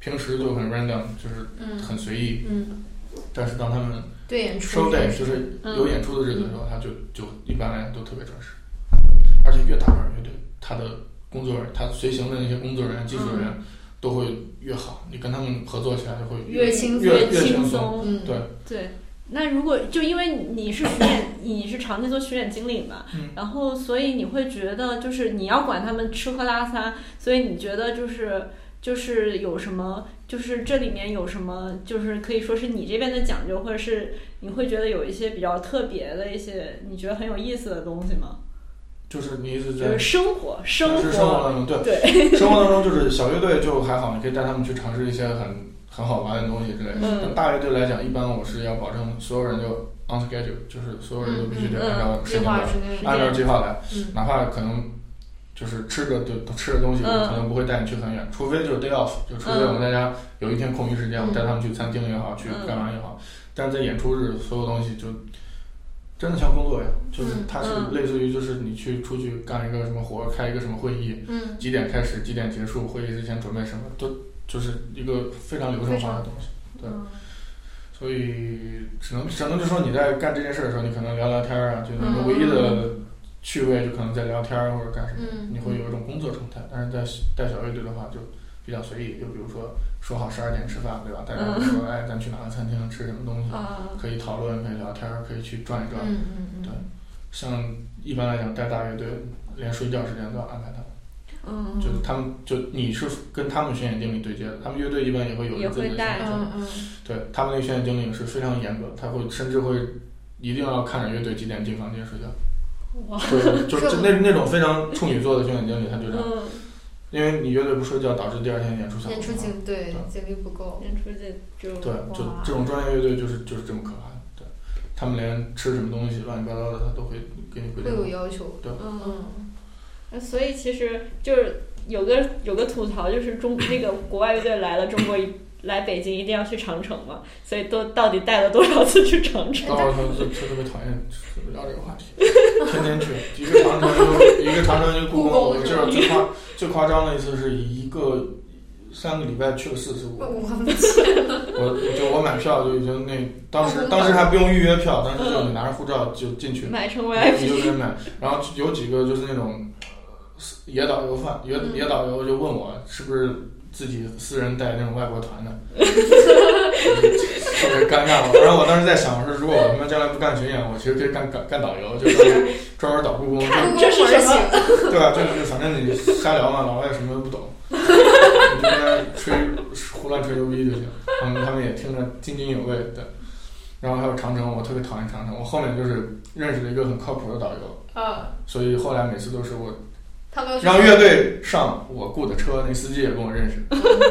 平时就很 random，就是嗯很随意。嗯，但是当他们对演出 show 这 day 件事就是嗯有演出的日子的时候，他就就一般来讲都特别准时，而且越大牌乐队，他的工作人员，他随行的那些工作人员、技术人嗯员都会越好，你跟他们合作起来就会越轻越越越轻轻松松，嗯，对对，那如果就因为你是巡演，你是长期做巡演经理嘛，嗯然后所以你会觉得就是你要管他们吃喝拉撒，所以你觉得就是就是有什么，就是这里面有什么，就是可以说是你这边的讲究，或者是你会觉得有一些比较特别的一些你觉得很有意思的东西吗？就是你一直就在是生活，生尝活，试生活当中，对对， [laughs] 生活当中就是小乐队就还好，你可以带他们去尝试一些很很好玩的东西之类的。但嗯大乐队来讲，一般我是要保证所有人就 on schedule，就是所有人都必须得嗯按照时计间表划是那个按照计划来，嗯哪怕可能就是吃的就吃的东西，嗯可能不会带你去很远，除非就是 day off，就除非嗯我们大家有一天空余时间，嗯我带他们去餐厅也好，去干嘛也好，但是在演出日，所有东西就真的像工作一样，就是嗯它是嗯类似于就是你去出去干一个什么活，开一个什么会议，嗯，几点开始，几点结束，会议之前准备什么，都就是一个非常流程化的东西。对嗯所以只能只能就说你在干这件事的时候，你可能聊聊天儿啊，就你嗯们唯一的趣味就可能在聊天儿或者干什么，嗯你会有一种工作状态。但是在带小乐队的话就比较随意，就比如说说好十二点吃饭，对吧？大家嗯说、哎，咱去哪个餐厅吃什么东西，啊，可以讨论，可以聊天儿，可以去转一转。嗯嗯嗯，像一般来讲带大乐队，连睡觉时间都要安排他们，嗯，就是他们就你是跟他们巡演经理对接的，他们乐队一般也会有也自己的会带巡演经理嗯嗯，对他们那个训练经理是非常严格，他会甚至会一定要看着乐队几点进房间睡觉，哇，就 [laughs] 是就是这就那那种非常处女座的训练经理，他就这样，嗯，因为你乐队不睡觉，导致第二天演出效果演出不好精对对精力不够，演出这就对，就哇这种专业乐队就是就是这么可怕，对他们连吃什么东西乱七八糟的，他都会给你规会有定好。要求，嗯。嗯，那所以其实就是有个有个吐槽，就是中那个国外乐队来了中国一来北京一定要去长城嘛，所以都到底带了多少次去长城？然后他 [laughs] 就就特别讨厌聊这个话题，天天去一个长城一个一个长城一个故故宫宫，我记是得吧最夸最夸张的一次是一个三个礼拜去了四次故宫。我们去，我我就我买票就已经那当时嗯当时还不用预约票，当时就你拿着护照就进去，买成你 VIP，就可以买。然后有几个就是那种呃野导游贩，野嗯野导游就问我是不是自己私人带那种外国团的，特别尴尬。我然后我当时在想，我说如果我他妈将来不干巡演，我其实可以干干干导游，就是专门专门导故宫，就这是什么么？对吧？就是反正你瞎聊嘛，老外什么都不懂，你就在那吹胡乱吹牛逼就行。他们他们也听着津津有味对。然后还有长城，我特别讨厌长城。我后面就是认识了一个很靠谱的导游，呃，所以后来每次都是我他们要去让乐队上我雇的车，那司机也跟 [laughs] 我认识，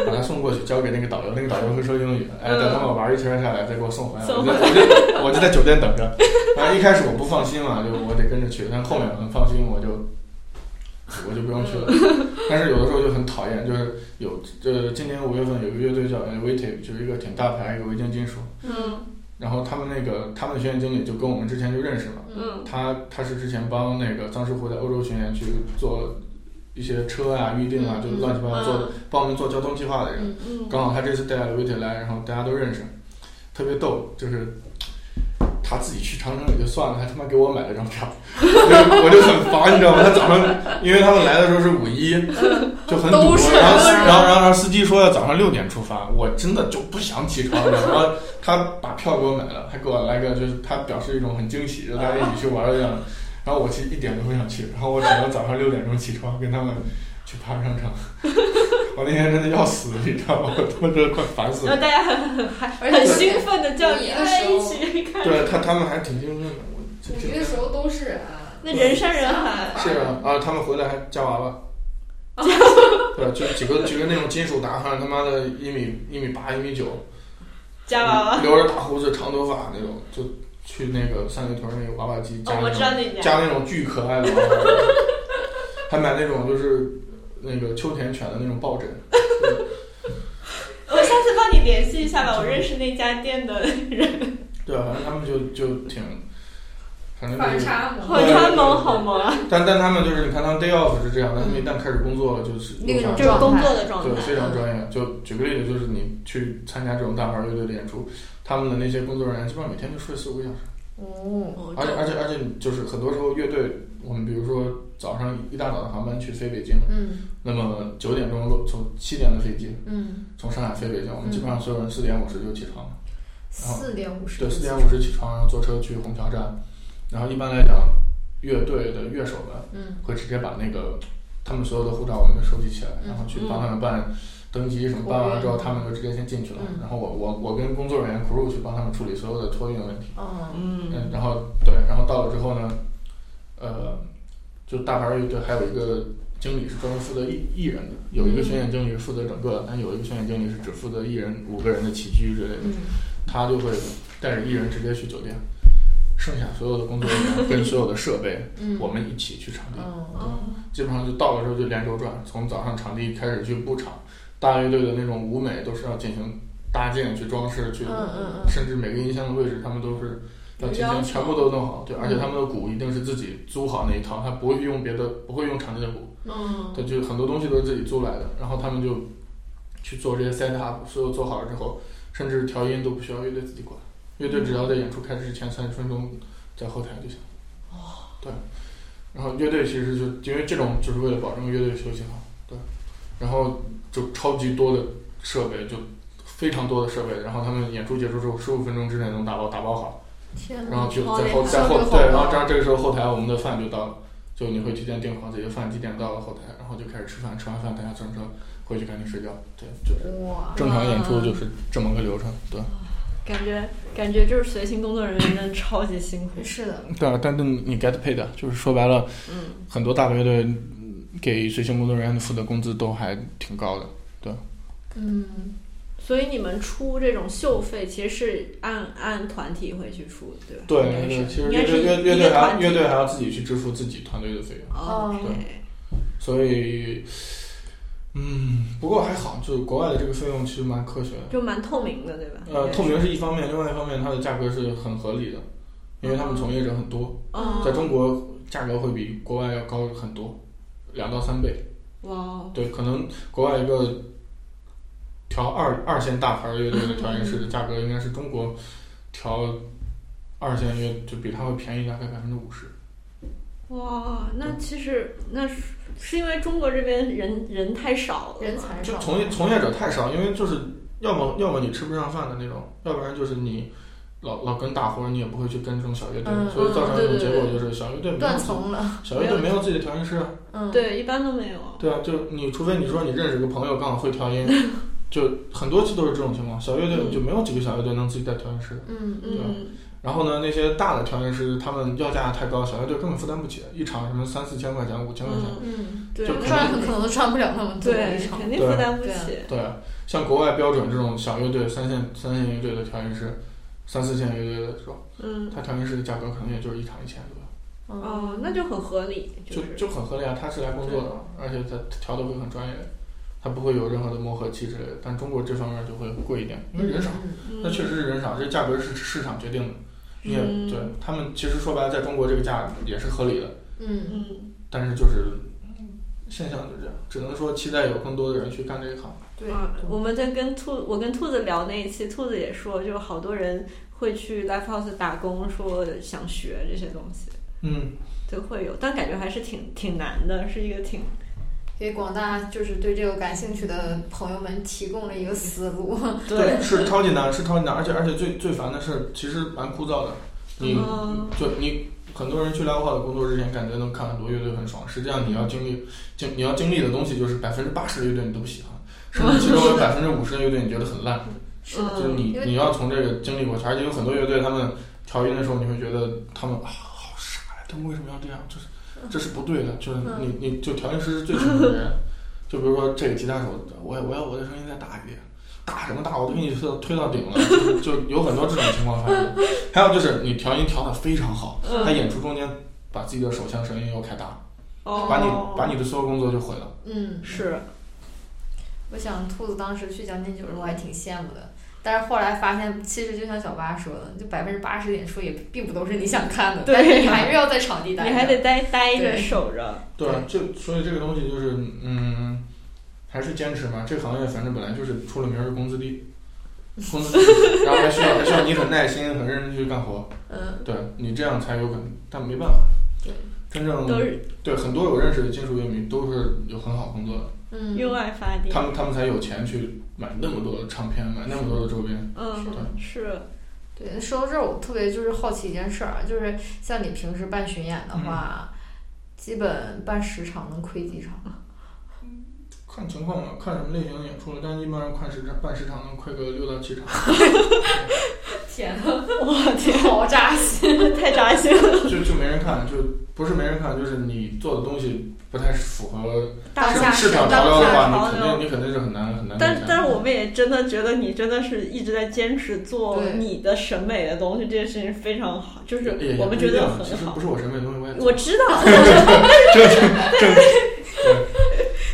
把他送过去，交给那个导游，那个导游会说英语，哎，嗯等他们玩一圈下来再给我送回来。我送就回我就我就在酒店等着。然后一开始我不放心嘛，就我得跟着去，但后面很放心，我就我就不用 [laughs] 去了。但是有的时候就很讨厌，就是有呃，今年五月份有个乐队叫 Elevative，就是一个挺大牌一个维京金属，嗯然后他们那个他们的巡演经理就跟我们之前就认识嘛，嗯他他是之前帮那个张师傅在欧洲巡演去做一些车啊、预定啊，就乱七八糟做、帮我们做交通计划的人。嗯刚好他这次带了维铁来，然后大家都认识，特别逗，就是。他自己去长城也就算了，还他妈给我买了张票，我就我就很烦，你知道吗？他早上，因为他们来的时候是五一，就很堵都，是然后都是然后然后然后司机说要早上六点出发，我真的就不想起床，然后他把票给我买了，还给我来个就是他表示一种很惊喜，就大家一起去玩儿这样的。然后我其实一点都不想去，然后我只能早上六点钟起床跟他们去爬商场，我那天真的要死，你知道吗？我他妈真的快烦死然后了。大家很很还哎而且很兴奋的叫你有大的家哎时候一起看，对他他们还挺兴奋的，我这五这一的时候都是人啊。那人山人海。是啊啊，他们回来还夹娃娃。哦 [laughs] [laughs] 对，就几个几个那种金属大汉，他妈的一米一米八一米九，嗯夹娃娃。留着大胡子长头发那种，就去那个三里屯那个娃娃机夹哦，那我种知道那家。嗯加那种巨可爱的娃娃，还买那种就是那个秋田犬的那种抱枕，我下次帮你联系一下吧，我认识那家店的人。对啊，反正他们就就挺，反正反就是，差 [laughs] 好萌，穿萌，好萌啊！但但他们就是你看他们 day off 是这样，嗯但他们一旦开始工作了就是那种就状态的状对非常专业。就举个例子，就是你去参加这种大牌乐队的演出，他们的那些工作人员基本上每天就睡四五个小时，哦，哦而且而且而且就是很多时候乐队，我们比如说早上一大早的航班去飞北京，嗯那么九点钟落从七点的飞机嗯，从上海飞北京，我们嗯基本上所有人四点五十就起床了。四点五十，对，四点五十起床，然后坐车去虹桥站，然后一般来讲，乐队的乐手们嗯会直接把那个他们所有的护照我们都收集起来，嗯然后去帮他们办登机什么，办完了之后他们就直接先进去了，嗯然后我我我跟工作人员 crew 去帮他们处理所有的托运问题，哦嗯嗯，嗯，然后对，然后到了之后呢，呃，就大牌乐队还有一个经理是专门负责艺艺人的，有一个巡演经理是负责整个，但有一个巡演经理是只负责艺人五个人的起居之类的。嗯，他就会带着艺人直接去酒店，剩下所有的工作人员 [laughs] 跟所有的设备，嗯我们一起去场地，嗯哦基本上就到了之后就连轴转，从早上场地开始去布场，大乐队的那种舞美都是要进行搭建、去装饰、去，嗯嗯嗯甚至每个音箱的位置他们都是要进有要行求全部都弄好，对，而且他们的鼓一定是自己租好那一套，他不会用别的，不会用场地的鼓，哦嗯，对，就是很多东西都是自己租来的，然后他们就去做这些 set up，所有做好了之后，甚至调音都不需要乐队自己管，乐队只要在演出开始之前三十分钟在后台就行。哦，对，然后乐队其实就因为这种就是为了保证乐队休息好，对，然后就超级多的设备，就非常多的设备，然后他们演出结束之后十五分钟之内能打包打包好，天然后就哦在那后个在效后率好对，然高后这样这个时候后台我们的饭就到了，就你会提前订好自己的饭，几点到了后台，然后就开始吃饭，吃完饭大家坐上车回去赶紧睡觉，对，就是哇，正常演出就是这么个流程，对。感觉感觉就是随行工作人员真的超级辛苦。是的，对啊，但是你 get paid 的，就是说白了，嗯，很多大乐队给随行工作人员付的工资都还挺高的，嗯，所以你们出这种秀费，其实是按按团体会去出，对吧？对，应该是其实应该乐是队乐乐一个队还要团体乐队还要自己去支付自己团队的费用。哦，对所以，嗯，不过还好，就是国外的这个费用其实蛮科学的。就蛮透明的，对吧？呃，透明是一方面，另外一方面它的价格是很合理的，因为他们从业者很多，哦，在中国价格会比国外要高很多，两到三倍。哇哦，对，可能国外一个调二二线大牌乐队的调音师的价格，应该是中国调二线乐就比它会便宜大概百分之五十。哇，那其实那是是因为中国这边人人太少了，人才就少，从业从业者太少，因为就是要么要么你吃不上饭的那种，要不然就是你老老跟大活儿，你也不会去跟这种小乐队，嗯所以造成一种嗯对结果就是小乐队没有断自己层了，小乐队没有自己的调音师啊，嗯，，对，一般都没有。对啊，就你除非你说你认识个朋友刚好会调 [laughs] 音，就很多次都是这种情况，小乐队就没有几个小乐队能自己带调音师的。嗯嗯嗯，然后呢，那些大的调音师他们要价太高，小乐队根本负担不起，一场什么三四千块钱、五千块钱。嗯，嗯，对，就肯定赚可能都赚不了那么多对一，场，肯定负担不起。对啊，像国外标准这种小乐队、三线三线乐队的调音师，三四线乐队的这种，嗯，他调音师的价格可能也就是一场一千多，嗯哦，那就很合理，就是就很合理啊。他是来工作的嘛，而且他调的会很专业，他不会有任何的磨合期之类的。但中国这方面就会贵一点，因为人少，嗯嗯那确实是人少，这价格是市场决定的。你也嗯对他们其实说白了，在中国这个价也是合理的，嗯嗯嗯，但是就是现象就这样，只能说期待有更多的人去干这一行。嗯对，啊我们在跟兔，我跟兔子聊那一期，兔子也说，就是好多人会去 live house 打工，说想学这些东西，嗯，就会有，但感觉还是挺挺难的，是一个挺给广大就是对这个感兴趣的朋友们提供了一个思路， [laughs] 对，是超级难，是超级难，而且而且最最烦的是，其实蛮枯燥的。你、嗯就你很多人去 live house 工作之前，感嗯 [laughs] 觉能看很多乐队很爽，实际上你要经历经你要经历的东西就是百分之八十的乐队你都不喜欢，其中有百分之五十的乐队你觉得很烂，是嗯的，就是你嗯因为你要从这个经历过去，而且有很多乐队他们调音的时候，你会觉得他们啊好傻呀，他们为什么要这样？就是嗯这是不对的，就是你你就调音师是最清楚的 [laughs] 人。就比如说这个吉他手，我我要我的声音再大一点，大什么大？我都给你推到推到顶了，就是就有很多这种情况发生。还有就是你调音调的非常好，嗯他演出中间把自己的手枪声音又开大，把你哦把你的所有工作就毁了。嗯，哦是我想兔子当时去将进酒的时候，我还挺羡慕的。但是后来发现，其实就像小八说的，就百分之八十演出也并不都是你想看的，对但是你还是要在场地待着。你还得待待着对守着，对，啊这所以这个东西就是，嗯，还是坚持嘛。这个行业反正本来就是出了名儿就工资低，工资低，然后还需要还需要你很耐心、很认真地去干活，嗯，对你这样才有可能。但没办法，对，真正都是对很多我认识的金属乐迷都是有很好工作的，嗯，用啊爱发电他。们他们才有钱去买那么多的唱片，买那么多的周边。嗯，是对，说到这儿，我特别就是好奇一件事儿啊，就是像你平时办巡演的话，嗯基本办十场能亏 [laughs] 几场？看情况吧，看什么类型的演出了，但一般人看时办时场能亏个六到七场，天呐， [laughs] 我天，好扎心！ [laughs] [laughs] 太扎心了。就就没人看，就不是没人看，就是你做的东西不太符合当市下市场当潮流的下潮话，你肯流定你肯定是很难很难。但但是我们也真的觉得你真的是一直在坚持做对你的审美的东西，这件事情非常好，就是也也我们觉得不一样其很实好不。是我审美的东西，我也我知道，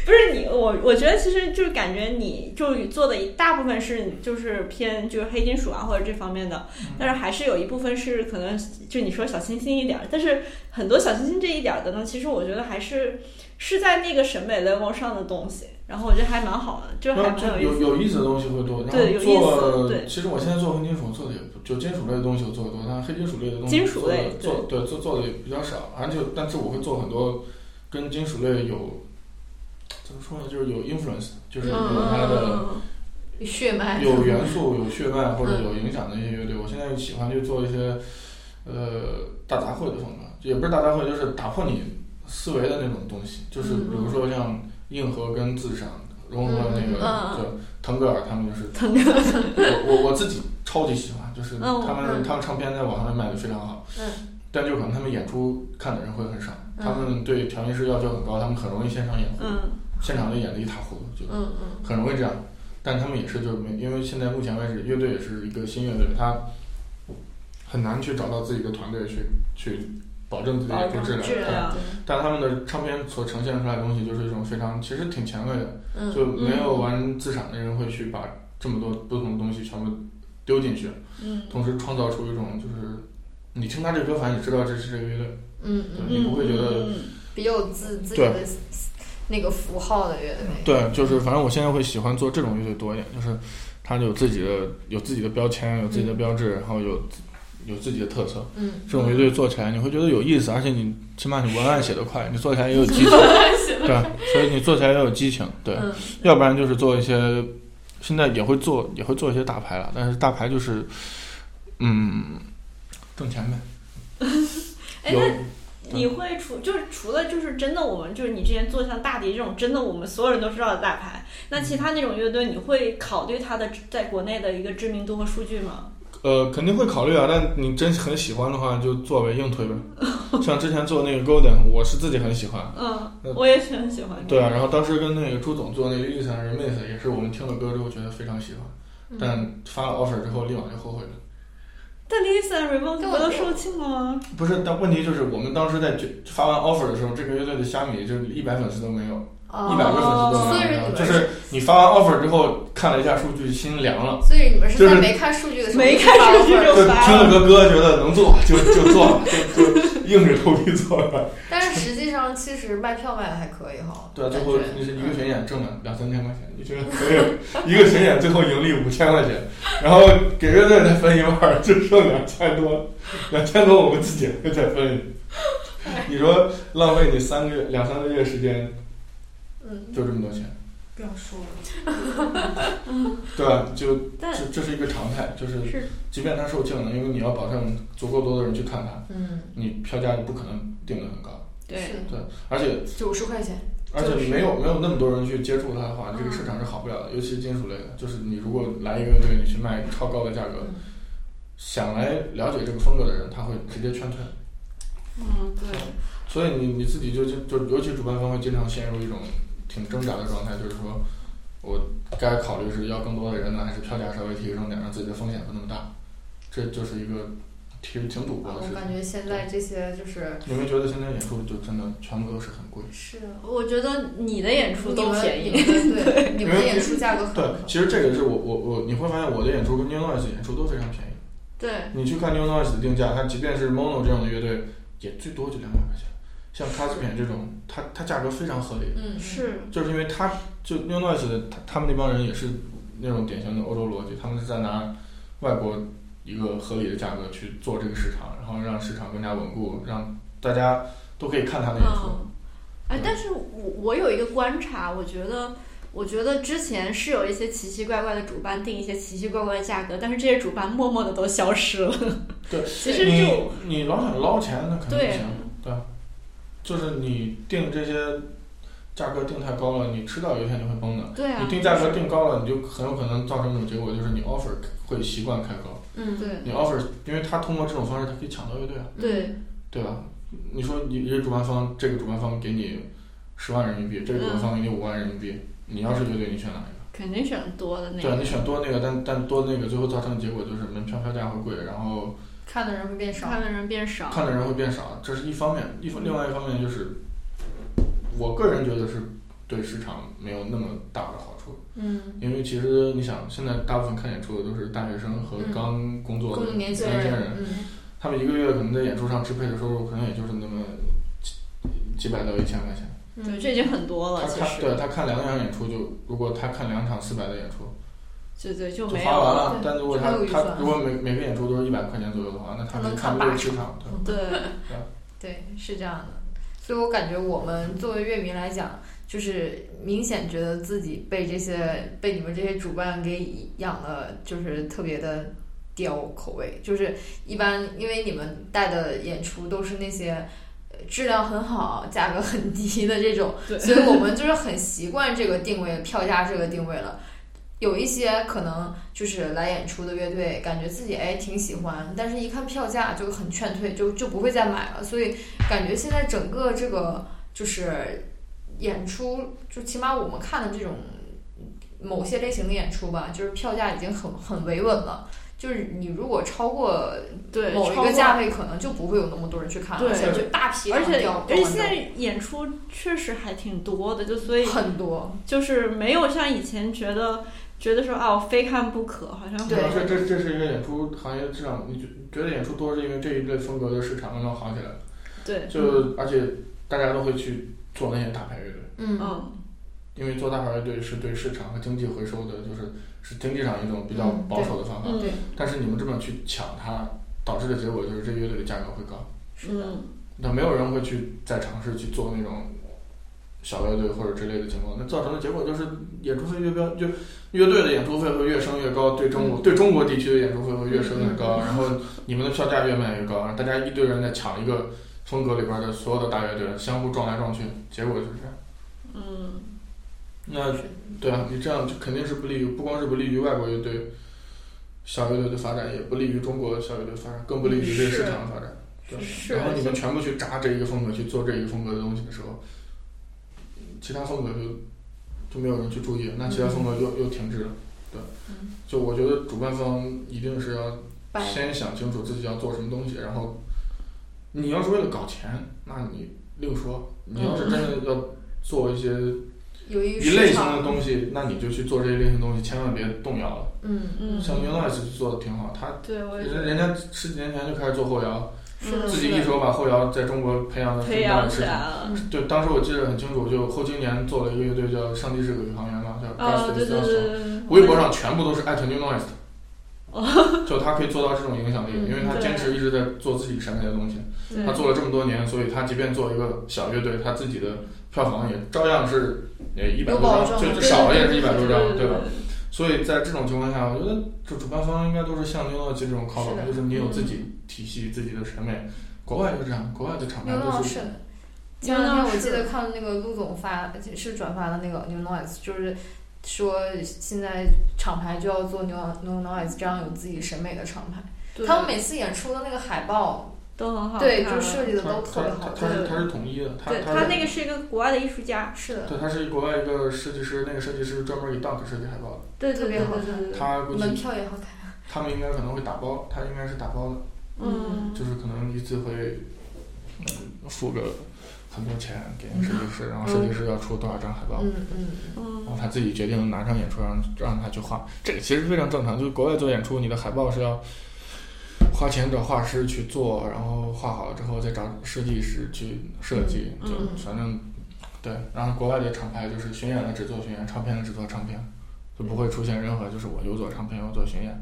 不是你，我我觉得其实就是感觉你就是做的一大部分是就是偏就是黑金属啊或者这方面的，但是还是有一部分是可能就你说小清新一点儿，但是很多小清新这一点儿的呢，其实我觉得还是是在那个审美 level 上的东西，然后我觉得还蛮好的，就还然后蛮有就意有思的。有意思的东西会多，然对有意后思做对其实我现在做黑金属做的也不就金属类的东西我做的多，但是黑金属类的东西金属做的类做对做做的也比较少，而且但是我会做很多跟金属类有怎么说呢，就是有 influence，就是有它嗯的血脉 [laughs] 有元素、有血脉或者嗯有影响的一些乐队，我现在喜欢去做一些呃大杂烩的风格，也不是大杂烩，就是打破你思维的那种东西，就是比如说像硬核跟自赏融合的那个，嗯嗯就腾格尔他们就是腾格尔，我我我自己超级喜欢，就是嗯他们、嗯他们唱片在网上卖的非常好， [laughs] 嗯但就可能他们演出看的人会很少，嗯他们对调音师要求很高，他们很容易现场演糊，嗯，现场就演的一塌糊涂，就嗯嗯很容易这样。但他们也是就是没，因为现在目前为止，乐队也是一个新乐队，他很难去找到自己的团队去去保证自己的演出质量。质对啊量但他们的唱片所呈现出来的东西，就是一种非常其实挺前卫的，嗯，就没有玩自产的人会去把这么多不同的东西全部丢进去，嗯，同时创造出一种就是你听他这歌，反正你知道这是这个乐队，嗯嗯，对你不会觉得嗯比较有自自己对的那个符号的乐队。对，就是反正我现在会喜欢做这种乐队多一点，就是它有自己的有自己的标签，有自己的标志，然后有有自己的特色。嗯，这种乐队做起来你会觉得有意思，而且你起码你文案写得快，你做起来也有激情。 [laughs] 对，所以你做起来也有激情。对，嗯要不然就是做一些现在也会做也会做一些大牌了，但是大牌就是嗯挣钱呗。哎有嗯你会除就是除了就是真的我们就是你之前做像大迪这种真的我们所有人都知道的大牌，那其他那种乐队你会考虑它的在国内的一个知名度和数据吗？呃，肯定会考虑啊，但你真很喜欢的话，就作为 [laughs] 硬推呗。像之前做那个 Golden，我是自己很喜欢，嗯呃，我也是很喜欢这对个。啊，然后当时跟那个朱总做那个《绿色人 m i s 也是我们听了歌之后觉得非常喜嗯欢，但发了 offer 之后立马就后悔了。但 Listen Remote 对不都售罄了吗？不是，但问题就是我们当时在决发完 offer 的时候，这个乐队的虾米就一百粉丝都没有，一百个粉丝都哦所以没你有。们就是你发完 offer 之后看了一下数据，心凉了，所以你们是就在是没看数据的时候没看数据就就发听了了。个歌觉得能做就就做了，就就硬着头皮做了。但是实际上，其实卖票卖的还可以哈。对啊，最感后觉嗯就是一个巡演挣了两三千块钱，你觉得没有？一个巡演最后盈利五千块钱，然后给乐队再分一半儿，就剩两千多，两千多我们自己还再分。你说浪费你三个月、两三个月时间，嗯，就这么多钱，不要说了，对吧？就但这这是一个常态，就是是即便它售罄了，因为你要保证足够多的人去看它，嗯，你票价你不可能定得很高，是对，而且九十块钱，而且就是嗯没有没有那么多人去接触它的话，这个市场是好不了的。尤其是金属类的，就是你如果来一个这个你去卖超高的价格，嗯想来了解这个风格的人，他会直接劝退。嗯，对，所以你你自己就就就，尤其主办方会经常陷入一种挺挣扎的状态，就是说我该考虑是要更多的人呢，还是票价稍微提升点，让自己的风险不那么大。这就是一个挺挺赌啊博的我事情。嗯感觉现在这些就是你们觉得现在演出就真的全部都是很贵？是啊我觉得你的演出你都们便 [laughs] 你宜，们对你们的因为演出价格很对高，其实这个是我我我，你会发现我的演出跟 New Noise 演出都非常便宜。对，你去看 New Noise 的定价，它即便是 Mono 这样的乐队，也最多就两百块钱。像 c a s p i a n 这种，它它价格非常合理。嗯，是，就是因为他就 New Noise 的他他们那帮人也是那种典型的欧洲逻辑，他们是在拿外国一个合理的价格去做这个市场，然后让市场更加稳固，让大家都可以看他的演出。嗯，哎，但是我我有一个观察，我觉得。我觉得之前是有一些奇奇怪怪的主办定一些奇奇怪怪的价格，但是这些主办默默的都消失了。对， [laughs] 其实就你你老想捞钱，那肯定不对行。对啊，就是你定这些价格定太高了，你迟早有一天就会崩的。对啊你，定价格定高了，你就很有可能造成一种结果，就是你 offer 会习惯开高。嗯对你 offer，因为他通过这种方式，他可以抢到乐队啊。对，嗯对吧？你说你一个主办方，这个主办方给你十万人民币，这个主办方给你五万人民币，你要是乐队，你选哪一个？肯定选多的那对啊，你个，选多那个，但但多那个最后造成的结果就是门票票价会贵，然后看的人会变少，看的人变少。看的人会变少，这是一方面。一方另外一方面就是，我个人觉得是对市场没有那么大的好处，嗯，因为其实你想，现在大部分看演出的都是大学生和嗯刚工作的更年轻年轻人，嗯他们一个月可能在演出上支配的收入可能也就是那么几几百到一千块钱。嗯对，这已经很多他了，其看实对他看两场演出就，如果他看两场四百的演出，对对就就没有花完了。了。对但如果就没他有预算他如果每每个演出都是一百块钱左右的话，那他他能就看看八场不了市场。对， [laughs] 对，对，是这样的。所以我感觉我们作为乐迷来讲，就是明显觉得自己被这些被你们这些主办给养的，就是特别的刁口味。就是一般因为你们带的演出都是那些。呃质量很好，价格很低的这种，对所以我们就是很习惯这个定位，票价这个定位了。有一些可能就是来演出的乐队，感觉自己哎挺喜欢，但是一看票价就很劝退，就就不会再买了。所以感觉现在整个这个就是演出，就起码我们看的这种某些类型的演出吧，就是票价已经很很维稳了。就是你如果超过对某一超个过价位，可能就不会有那么多人去看了，对而且就大批而量且掉而且现在演出确实还挺多的，就所以很多，就是没有像以前觉得觉得说啊，我非看不可，好像对哦这这这是一个演出行业市场，你觉觉得演出多是因为这一类风格的市场慢慢好起来了，对，就而且大家都会去做那些大牌乐队，嗯嗯，因为做大牌乐队是对市场和经济回收的，就是是经济上一种比较嗯保守的方法。嗯对，但是你们这么去抢它，导致的结果就是这乐队的价格会高。是的，嗯，那没有人会去再尝试去做那种小乐队或者之类的情况，那造成的结果就是演出费越标就乐队的演出费会越升越高，对中国、对中国地区的演出费会越升越高，然后你们的票价越卖越高，然后大家一堆人在抢一个风格里边的所有的大乐队，相互撞来撞去，结果就是这样。嗯，那对啊，你这样就肯定是不利于，不光是不利于外国乐队小乐队的发展，也不利于中国小乐队发展，更不利于这个市场的发展。对是然后你们全部去扎这一个风格，去做这一个风格的东西的时候，其他风格就就没有人去注意，那其他风格又、又停滞了。对，嗯就我觉得主办方一定是要百先想清楚自己要做什么东西，然后你要是为了搞钱，那你另说；你嗯要是真的要做一些由于一类市型的场，东西，那你就去做这一类型的东西，千万别动摇了。嗯，嗯，像 n e w n i c e 做的挺好，他对，我也觉得人人家十几年前就开始做后摇，是嗯的，自是己一的，手把后摇在中国培养的培很大养的起市来场。了。对，当时我记得很清楚，就后青年做了一个乐队叫“上帝是个宇航员”嘛，嗯叫 g a s 哦， p 对 i 对 s 对 t 对对，微博上全部都是艾特 New Noise 哦的， [laughs] 就他可以做到这种影响力，嗯因为他对坚持一直在做自己擅长的东西，对他做了这么多年，所以他即便做一个小乐队，他自己的票房也照样是呃一百有多保张证，就就对少了也是一百对多对张，对吧？对所以在这种情况下，我觉得就主办方应该都是像 New Noise 这种靠是拢，的嗯哎就是你有自己体系、自己的审美。国外就这样，国外的厂牌刘都老是师。前两天我记得看那个陆总发是转发的那个 New Noise，就是说现在厂牌就要做 New New Noise 这样有自己审美的厂牌。对他们每次演出的那个海报，都啊很好看，啊对，就设计的它都特别它好它看。是它是统一的，它对它他是那个是一个国外的艺术家，是的，对，它是国外一个设计师，那个设计师专门给 Dunk 设计海报的，对对特对别对好对对，他估门计票也好看。他们应该可能会打包，他应该是打包的，嗯，就是可能一次会嗯付个很多钱给设计师，然后设计师要出多少张海报，嗯嗯，然后他自己决定哪场演出让让他去画，这个其实非常正常。就是国外做演出，你的海报是要花钱找画师去做，然后画好了之后再找设计师去设计，嗯就嗯反正对。然后国外的厂牌就是巡演的只做巡演，唱片的只做唱片，就不会出现任何就是我又做唱片又做巡演。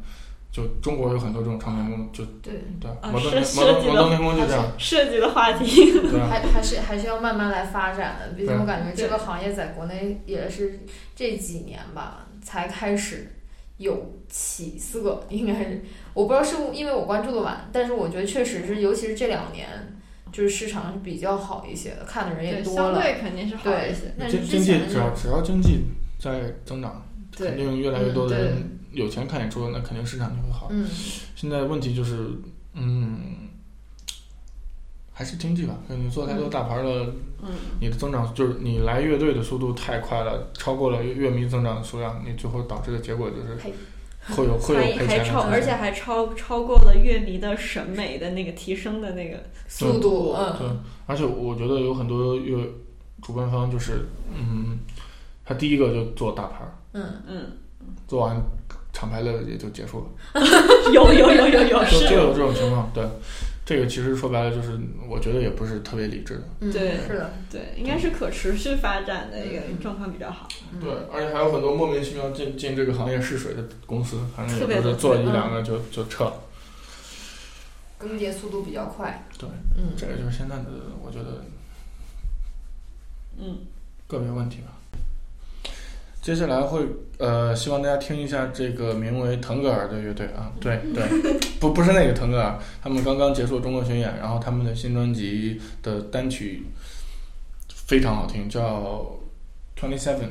就中国有很多这种唱片公，就对，对，啊摩登是摩设登计摩的登天宫就这样，设计的话题，对 [laughs] 啊，还还是还是要慢慢来发展的。毕竟对我感觉这对个行业在国内也是这几年吧才开始有起色，应该是我不知道是因为我关注的晚，但是我觉得确实是，尤其是这两年，就是市场是比较好一些的，看的人也 [laughs] 对，多相了。对肯定是好一些，但经是经之济前只要只要经济在增长，对肯定越来越多嗯的对人有钱看演出，那肯定市场就会好。嗯，现在问题就是，嗯，还是经济吧。你做太多大牌了，嗯，你的增长就是你来乐队的速度太快了，超过了乐迷增长的数量，你最后导致的结果就是赔 [laughs] 会有会有啊还赔还钱超，的。而且还超超过了乐迷的审美的那个提升的那个，速度，嗯对，而且我觉得有很多乐主办方就是，嗯，他第一个就做大牌儿，嗯，嗯，做完厂牌了也就结束了。有有有有有 [laughs] 啊就是就有这种情况，对，这个其实说白了就是，我觉得也不是特别理智的。嗯对是的，对，应该是可持续发展的一个嗯状况比较好。嗯对，而且还有很多莫名其妙进进这个行业试水的公司，反正特别也不多嗯是做一两个就就撤了。更迭速度比较快。对，嗯，这个就是现在的，我觉得嗯，个别问题吧。接下来会呃，希望大家听一下这个名为腾格尔的乐队啊，嗯对对， [laughs] 不不是那个腾格尔，他们刚刚结束中国巡演，然后他们的新专辑的单曲非常好听，叫 Twenty Seven，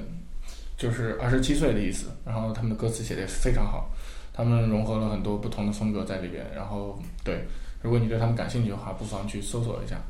就是二十七岁的意思。然后他们的歌词写的也非常好，他们融合了很多不同的风格在里边。然后对，如果你对他们感兴趣的话，不妨去搜索一下。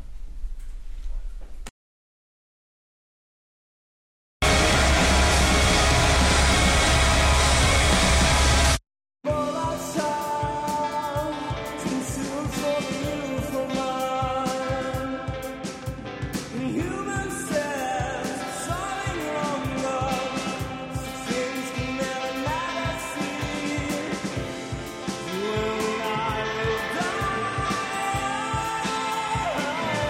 When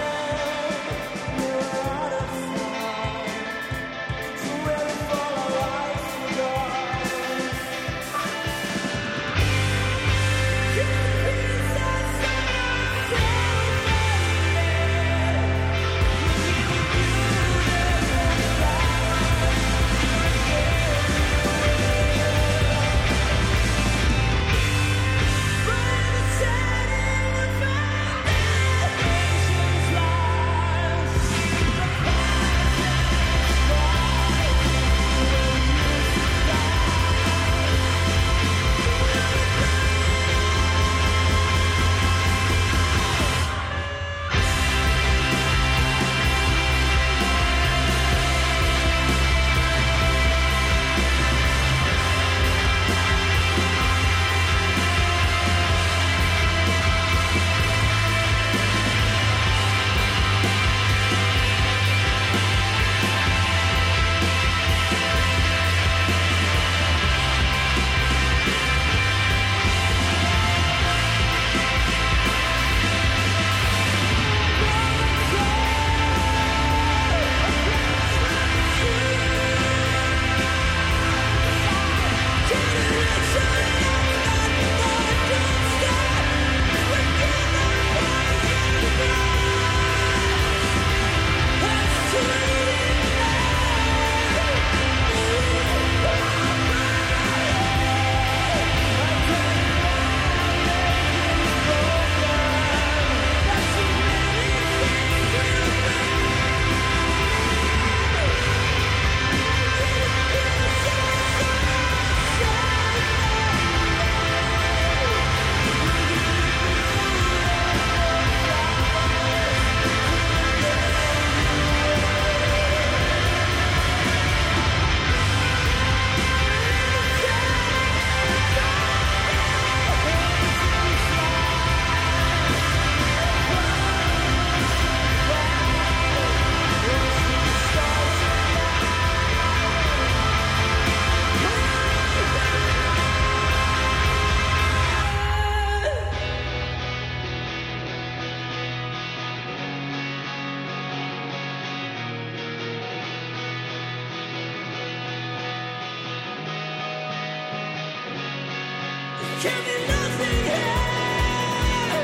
I will die Can you not see here?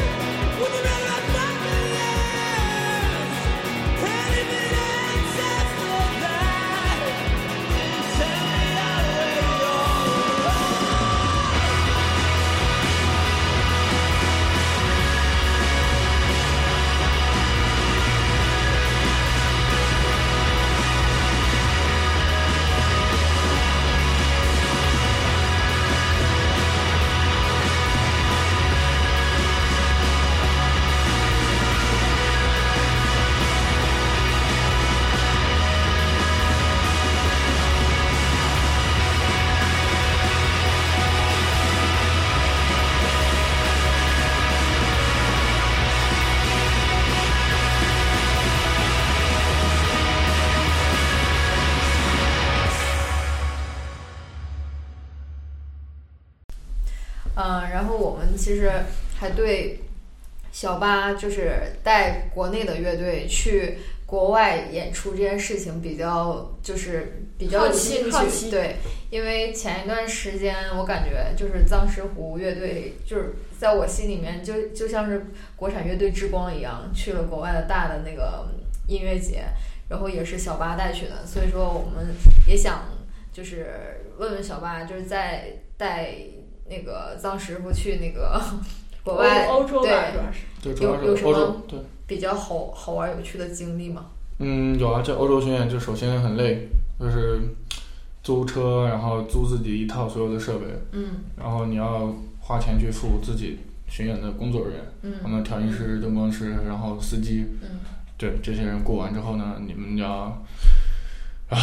Would you rather have nothing else? And if it ain't just for that, tell me I'll wait all 嗯，然后我们其实还对小八就是带国内的乐队去国外演出这件事情比较就是比较有兴好奇好趣，奇对，因为前一段时间我感觉就是藏石湖乐队就是在我心里面就就像是国产乐队之光一样，去了国外的大的那个音乐节，然后也是小八带去的，所以说我们也想就是问问小八，就是在带那个藏师傅去那个 [laughs] 国外欧欧洲吧，对主要是有对，主要有是什欧么洲，对，比较好好玩有趣的经历嘛。嗯，有啊，这欧洲巡演就首先很累，就是租车，然后租自己一套所有的设备，嗯然后你要花钱去付自己巡演的工作人员，他嗯们调音师、灯光师，然后司机，嗯对这些人雇完之后呢，你们要啊，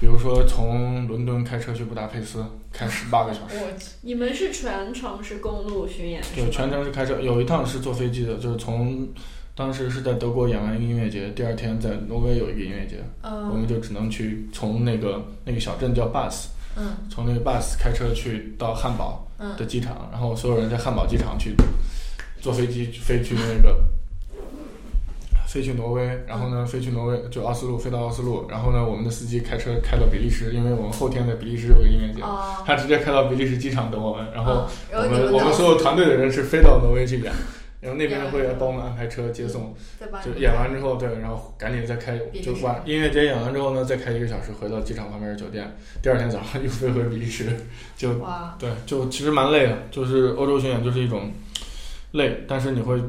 比如说从伦敦开车去布达佩斯，开十八个小时，我你们是全程是公路巡演，是对，吧全程是开车，有一趟是坐飞机的，就是从当时是在德国演完一个音乐节，第二天在挪威有一个音乐节，我嗯们就只能去从那个那个小镇叫 Bus，嗯从那个 Bus 开车去到汉堡嗯的机场，然后所有人在汉堡机场去坐飞机飞去那个飞去挪威，然后嗯呢飞去挪威就奥斯陆飞到奥斯陆，然后呢我们的司机开车开到比利时，因为我们后天在比利时有个音乐节，哦，他直接开到比利时机场等我们，然后嗯然我后你们我们到所有团队的人是飞到挪威去演，然后那边演完会之后帮我们安排车接送。再把就你演完之后，对，然后赶紧再开，比利就时晚音乐节演完之后呢，再开一个小时回到机场旁边的酒店，第二天早上又 [laughs] 飞回比利时，就哇对，就其实蛮累的，就是欧洲巡演就是一种累，但是你会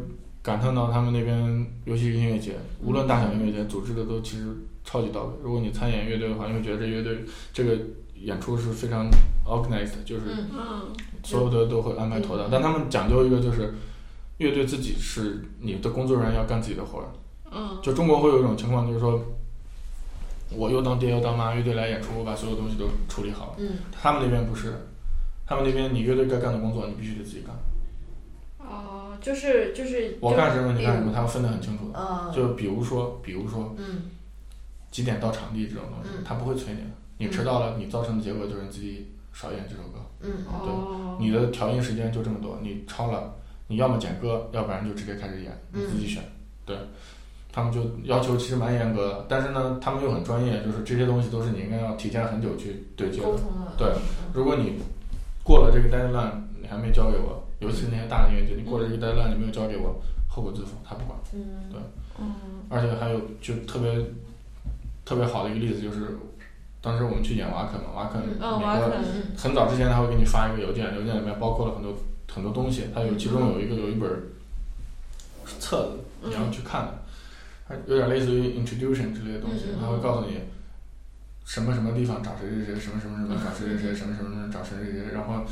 感叹到他们那边，尤其是音乐节，无论大小音乐节，组织的都其实超级到位。如果你参演乐队的话，你会觉得这乐队这个演出是非常 organized，的就是嗯嗯，所有的都会安排妥当。嗯但他们讲究一个就是，乐队自己是你的工作人员要干自己的活儿。嗯，就中国会有一种情况，就是说，我又当爹又当妈，乐队来演出，我把所有东西都处理好。嗯他们那边不是，他们那边你乐队该干的工作你必须得自己干。哦，就是就是我干什么你干什例么，如他们分得很清楚的。嗯就比如说，比如说嗯几点到场地这种东西，嗯他不会催你的。你迟到了，你造成的结果就是你自己少演这首歌。嗯哦，你的调音时间就这么多，你超了，你要么剪歌，要不然就直接开始演，你自己选。对，他们就要求其实蛮严格的，但是呢，他们又很专业，就是这些东西都是你应该要提前很久去对接沟的。通了对，如果你过了这个 deadline，你还没交给我，尤其是那些大的音乐节，你过了这个 deadline 你没有交给我，后果自负，他不管。嗯嗯而且还有就特别特别好的一个例子就是，当时我们去演瓦肯嘛，瓦肯嗯每嗯，个我可能嗯很早之前他会给你发一个邮件，邮件里面包括了很多很多东西，它有其中有一个有一本册子，你要去看的，它有点类似于 introduction 之类的东西嗯嗯嗯，它会告诉你什么什么地方找谁谁谁，什么什么什么找谁谁谁，什么什么什么找谁谁谁，然后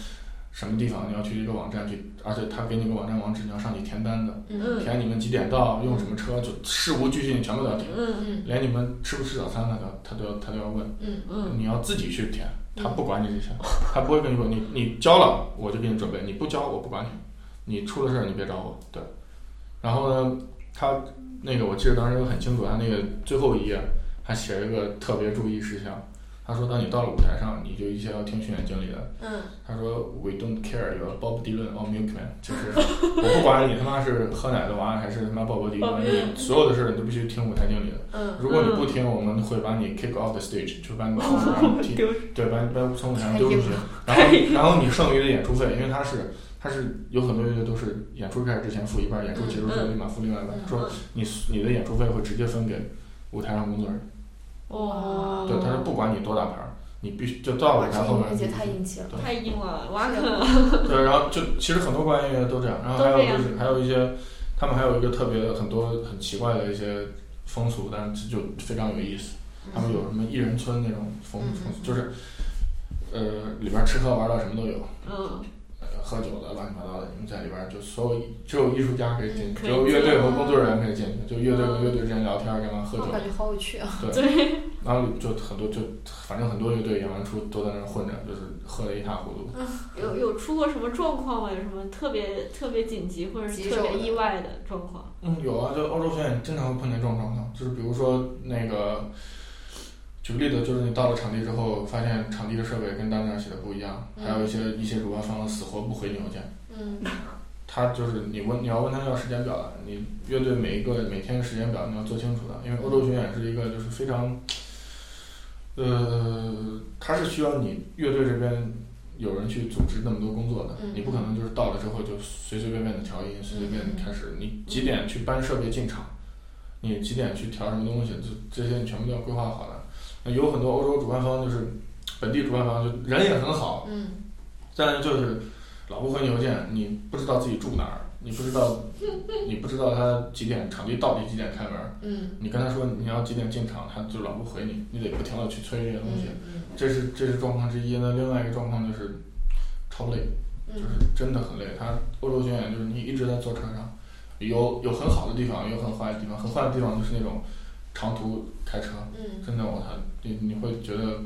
什么地方你要去一个网站去，而且它给你个网站网址，你要上去填单的，嗯填你们几点到，用什么车，就事无巨细你全部都要填，嗯嗯连你们吃不吃早餐他都要他都要他都要问。嗯嗯你要自己去填，嗯他不管你这些，他不会跟你说你你交了我就给你准备，你不交我不管你，你出了事儿你别找我。对，然后呢，他那个我记得当时很清楚，他那个最后一页还写了一个特别注意事项，他说当你到了舞台上，你就一切要听巡演经理的。嗯他说 We don't care you're Bob Dylan or Milkman，就是我不管你他妈是喝奶的娃还是他妈鲍勃迪伦，你所有的事儿你都必须听舞台经理的。嗯如果你不听，我们会把你 kick off the stage，就把你从舞台上踢，丢 [laughs] 对，把你把你从舞台上丢出去。然后，然后你剩余的演出费，因为它是它是有很多乐队都是演出开始之前付一半儿，演出结束之嗯后立马付另外一半儿，说你你的演出费会直接分给舞台上工作人员，哇对，他是不管你多大牌儿，你必须就到舞台后面哇这音乐你节必须太硬气了，太硬了，哇可对，然后就其实很多管乐音乐都这样，然后还有都这样就是还有一些，他们还有一个特别很多很奇怪的一些风俗，但是就非常有意思。他们有什么一人村那种风嗯风俗，就是呃里边吃喝玩乐什么都有，嗯，呃喝酒的乱七八糟的，你在里边就所有只有艺术家可以进去，可以只有乐队和工作人员可以进去，就乐队和乐队之间聊天干嘛喝酒我，感觉好有趣啊！对，然后就很多就反正很多乐队演完出都在那儿混着，就是喝的一塌糊涂。有有出过什么状况吗？有什么特别特别紧急或者是棘特手别的意外的状况？嗯，有啊，就欧洲巡演经常会碰见这种状况，就是比如说那个，举个例子，就是你到了场地之后，发现场地的设备跟当地那儿写的不一样，还有一些一些主办方死活不回你邮件，嗯，他就是你问你要问他要时间表的，你乐队每一个每天时间表你要做清楚的，因为欧洲巡演是一个就是非常，呃，它是需要你乐队这边有人去组织那么多工作的，嗯你不可能就是到了之后就随随便便的调音，随随便地开始，你几点去搬设备进场，你几点去调什么东西，这这些你全部都要规划好的。那有很多欧洲主办方就是本地主办方就人也很好，嗯，但是就是老不回邮件，你不知道自己住哪儿，你不知道， [laughs] 你不知道他几点场地到底几点开门儿，嗯，你跟他说你要几点进场，他就老不回你，你得不停的去催这些东西，嗯这是这是状况之一。那另外一个状况就是超累，就嗯是真的很累。他欧洲巡演就是你一直在坐车上，有有很好的地方，有很坏的地方，很坏的地方就是那种长途开车，嗯，真的我操，你你会觉得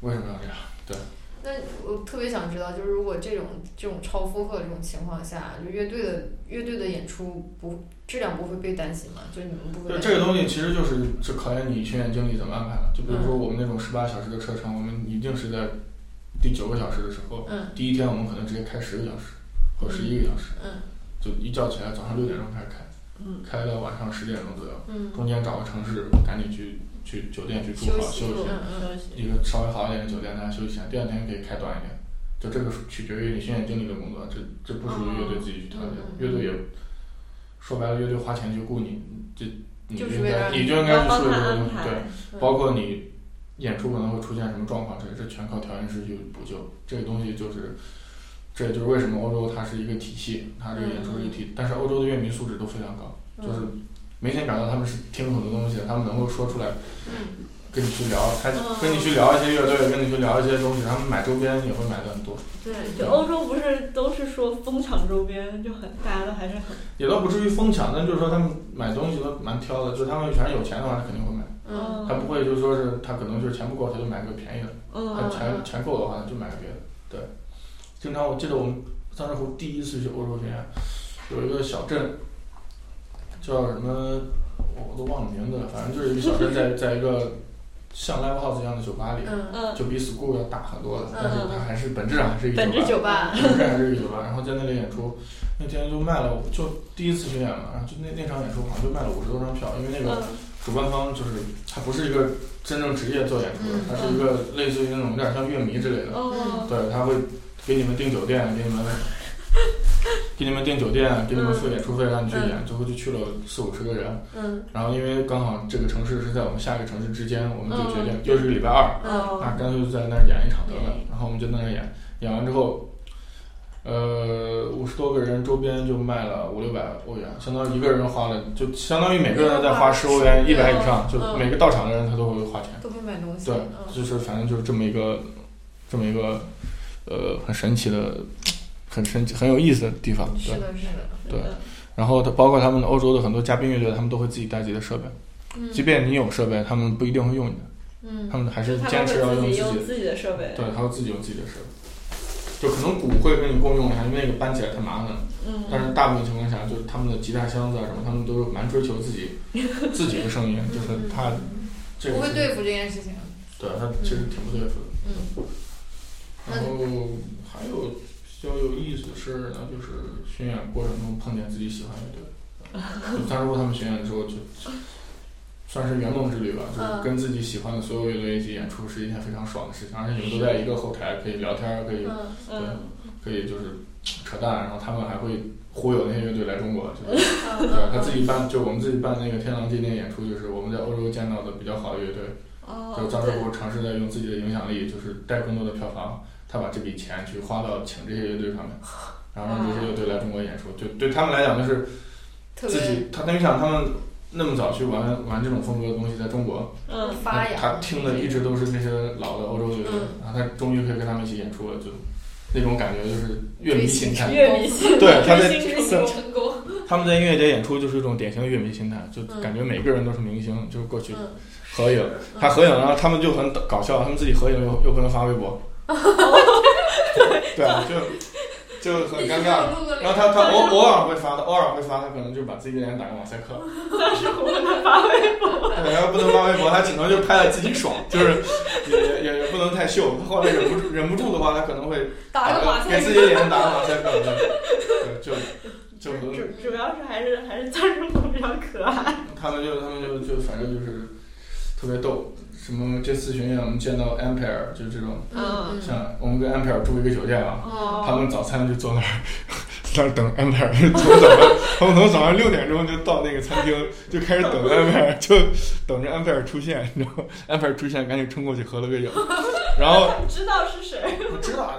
为什么要这样？那我特别想知道，就是如果这种这种超负荷的这种情况下，就乐队的乐队的演出不质量不会被担心吗？就是你们不会对担呃这心？个东西其实就是是考验你训练经历怎么安排了。就比嗯如说我们那种十八小时的车程，我们一定是在第九个小时的时候，嗯第一天我们可能直接开十个小时或十一个小时，嗯就一觉起来早上六点钟开始开，嗯开到晚上十点钟左右，嗯中间找个城市赶紧去去酒店去住休好息休息住，嗯休息，一个稍微好一点的酒店大家休息一下，第二天可以开短一点。就这个是取决于你训练经理的工作，这这不属于乐队自己去调节的哦嗯嗯，乐队也说白了，乐队花钱去雇你，这你就就是应为了该你就应你要该去帮处他理这个东安西，对，排，嗯包括你演出可能会出现什么状况，这这全靠调音师去补救。这个东西就是，这也就是为什么欧洲它是一个体系，它这个演出是一个嗯体，但是欧洲的乐迷素质都非常高，就是明显感到他们是听很多东西，他们能够说出来，嗯跟你去聊，他嗯跟你去聊一些乐队，跟你去聊一些东西，他们买周边也会买的很多，对，就欧洲不是都是说风场周边就很，大家都还是很也倒不至于疯抢，但就是说他们买东西都蛮挑的，就是他们反正有钱的话，他肯定会买，嗯他不会就是说是他可能就是钱不够，他就买个便宜的。嗯他钱钱够的话，就买个别的。对，经常我记得我们三十湖第一次去欧洲巡演，有一个小镇叫什么，我都忘了名字了，反正就是一个小镇在，在一个像 live house 一样的酒吧里，嗯，嗯就比 school 要大很多的，但是嗯嗯它还是本质上还是一个本质酒吧。酒吧，本质还是一个酒吧，然后在那里演出，那天就卖了，就第一次巡演嘛，然后就那那场演出好像就卖了五十多张票，因为那个嗯主办方就是他不是一个真正职业做演出的嗯，他是一个类似于那种有点像乐迷之类的，哦，对，他会给你们订酒店，给你们给你们订酒店，给你们付演出费，让你去演，最后就去了四五十个人。嗯然后因为刚好这个城市是在我们下一个城市之间，我们就决嗯定又是个礼拜二，哦，那干脆就在那儿演一场得了演。然后我们就在那儿演，演完之后，呃，五十多个人周边就卖了五六百欧元，相当于一个人花了，就相当于每个人在花十欧元一百以上，就嗯每个到场的人他都会花钱。都会买东西，对嗯，就是反正就是这么一个，这么一个，呃，很神奇的，很神奇很有意思的地方。是对，的，是的，嗯对然后它包括他们欧洲的很多嘉宾乐队，他们都会自己带自己的设备，嗯即便你有设备，他们不一定会用你的，嗯他们还是他坚们持要会用自自己己的用，自己的设备，对，他会自己用自己的设备。就可能鼓会跟你共用一下，因为那个搬起来太麻烦了。但嗯，是大部分情况下，就是他们的吉他箱子啊什么，他们都是蛮追求自己自己的声嗯音，就是他这个不会是对付这件事情，对他其实挺不对付的。嗯然后还有比较有意思的事儿呢，就是巡演过程中碰见自己喜欢乐队，就当时他们巡演的时候就算是圆梦之旅吧，就是跟自己喜欢的所有乐队一起演出是一件非常爽的事情，而且你们都在一个后台可以聊天儿，可以嗯对，可以就是扯淡，然后他们还会忽悠那些乐队来中国，就是对嗯他自己办，就我们自己办那个天狼纪念演出，就是我们在欧洲见到的比较好的乐队，就张志哦，国尝试在用自己的影响力，就是带更多的票房，他把这笔钱去花到请这些乐队 [laughs] 上面，然后让这些乐队来中国演出，就对他们来讲就是特自别己，他等于想他们那么早去玩玩这种风格的东西，在中国，嗯，发他扬。嗯听的一直都是那些老的欧洲乐队，然后他终于可以跟他们一起演出了，就那种感觉就是乐迷心态，乐迷心 [laughs] 对，他在追星成功。[laughs] 成功，他们在音乐节演出就是一种典型的乐迷心态，就嗯感觉每个人都是明星，就是过去合影，他合影，然后他们就很搞笑，他们自己合影又又不能发微博，哦对啊，就就很尴尬。然后他他偶偶尔会发的，偶尔会发，他可能就把自己的脸打个马赛克，但是我能发挥。对，然后不能发微博，他只能就拍了自己爽，就是也也也也不能太秀，他后来忍不住忍不住的话，他可能会 [laughs] 打个马赛给自克，己脸打个马赛克，对，就就很主主要是还是还是张志国比较可爱。他们就他们就就反正就是特别逗。什么这次巡演我们见到 Ampere 就这种，嗯嗯，像我们跟 Ampere 住一个酒店啊，哦，他们早餐就坐那儿， [laughs] 那儿等 Ampere，从早 [laughs] 上他们从早上六点钟就到那个餐厅，就开始 [laughs] 等 Ampere，就等着 Ampere 出现，你知道吗？Ampere [laughs] 出现赶紧冲过去合了个影，然后 [laughs] 知道是谁？我知道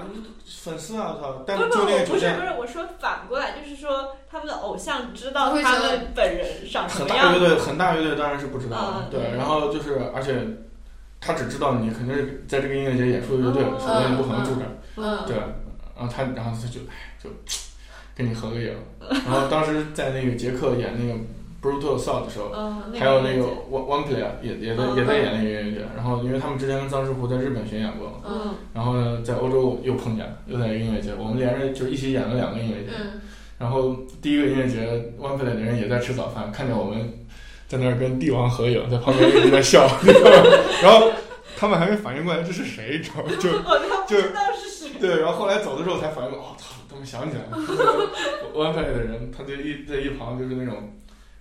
粉丝啊，操！但不是不就那个不酒是店不。是，我说反过来，就是说他们的偶像知道不会他知道们本人长什很么大样乐。队，很大乐队当然是不知道啊的，对。然后就是，而且他只知道你肯定是在这个音乐节演出的乐队，哦否则你不可能住这儿，嗯对。然后他，然后他就哎就跟你合个影。然后当时在那个捷克演那个 Brutal Assault 的时候，嗯，还有那个 One One Play 啊也也在嗯也在演那个音乐节。然后因为他们之前跟张志湖在日本巡演过嘛，嗯然后呢在欧洲又碰见了，又在一个音乐节，我们连着就一起演了两个音乐节。嗯，然后第一个音乐节，One Play 的人也在吃早饭，看见我们在那儿跟帝王合影，在旁边一直在笑，你知道吗？然后他们还没反应过来这是谁，你知道吗？[laughs] 就我都不就知道是谁。对，然后后来走的时候才反应过来，哦，操，他们想起来了就是，One Play 的人，他就一在一旁就是那种。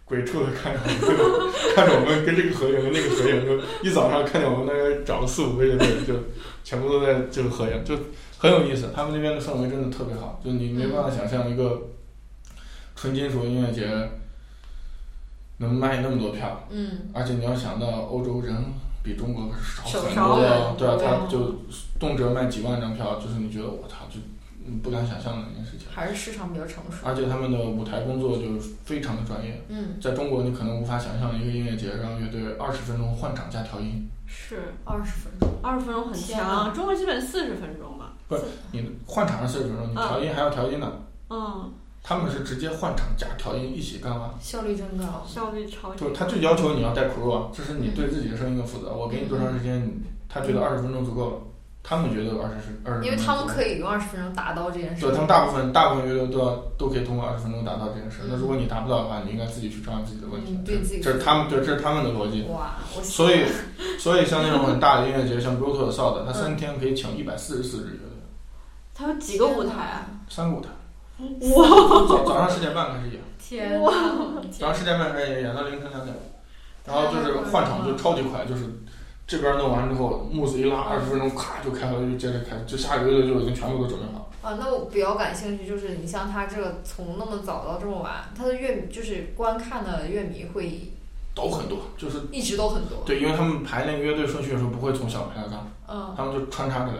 鬼畜的看着我们，看着我们跟这个合影，跟那个合影，就一早上看见我们大概找了四五个乐队，就全部都在就是合影，就很有意思。他们那边的氛围真的特别好，就你没办嗯法想象一个纯金属音乐节能卖那么多票，嗯，而且你要想到欧洲人比中国少少很少多的很，对啊，多他就动辄卖几万张票，就是你觉得我操，就嗯不敢想象的一件事情。还是市场比较成熟，而且他们的舞台工作就非常的专业，嗯，在中国你可能无法想象一个音乐节让乐队二十分钟换场加调音，是二十分钟，二十分钟很天啊强，中国基本四十分钟吧。你换场是四十分钟，你调音还要调音呢，嗯，他们是直接换场加调音一起干完。效率真高，效率超级就是他就要求你要带 crew 啊，这是你对自己的声音的负责。我给你多长时间，你他觉得二十分钟足够了，他们觉得二十是二十，嗯因为他们可以，以用二十分钟达到这件事对他情们，大部分大部分乐队都要都可以通过二十分钟达到这件事。嗯那如果你达不到的话，你应该自己去抓自己的问题嗯。对自己嗯这是他们对，这是他们的逻辑。哇，我所以，所以像那种很大的音乐节，像 Brutal Assault，的他嗯三天可以请一百四十四支乐队，他有几个舞台嗯啊？三个舞台，哇，早早上十点半开始演。天哪，然后十点半开始演，演到凌晨两点，然后就是嗯换场就超级快，就是这边弄完之后，幕子一拉，二十分钟咔就开了，就接着开，就下一个乐队就已经全部都准备好。啊，那我比较感兴趣，就是你像他这个从那么早到这么晚，他的乐迷就是观看的乐迷会都很多，就是一直都很多，对，因为他们排那个乐队顺序的时候不会从小排到大，嗯他们就穿插着来。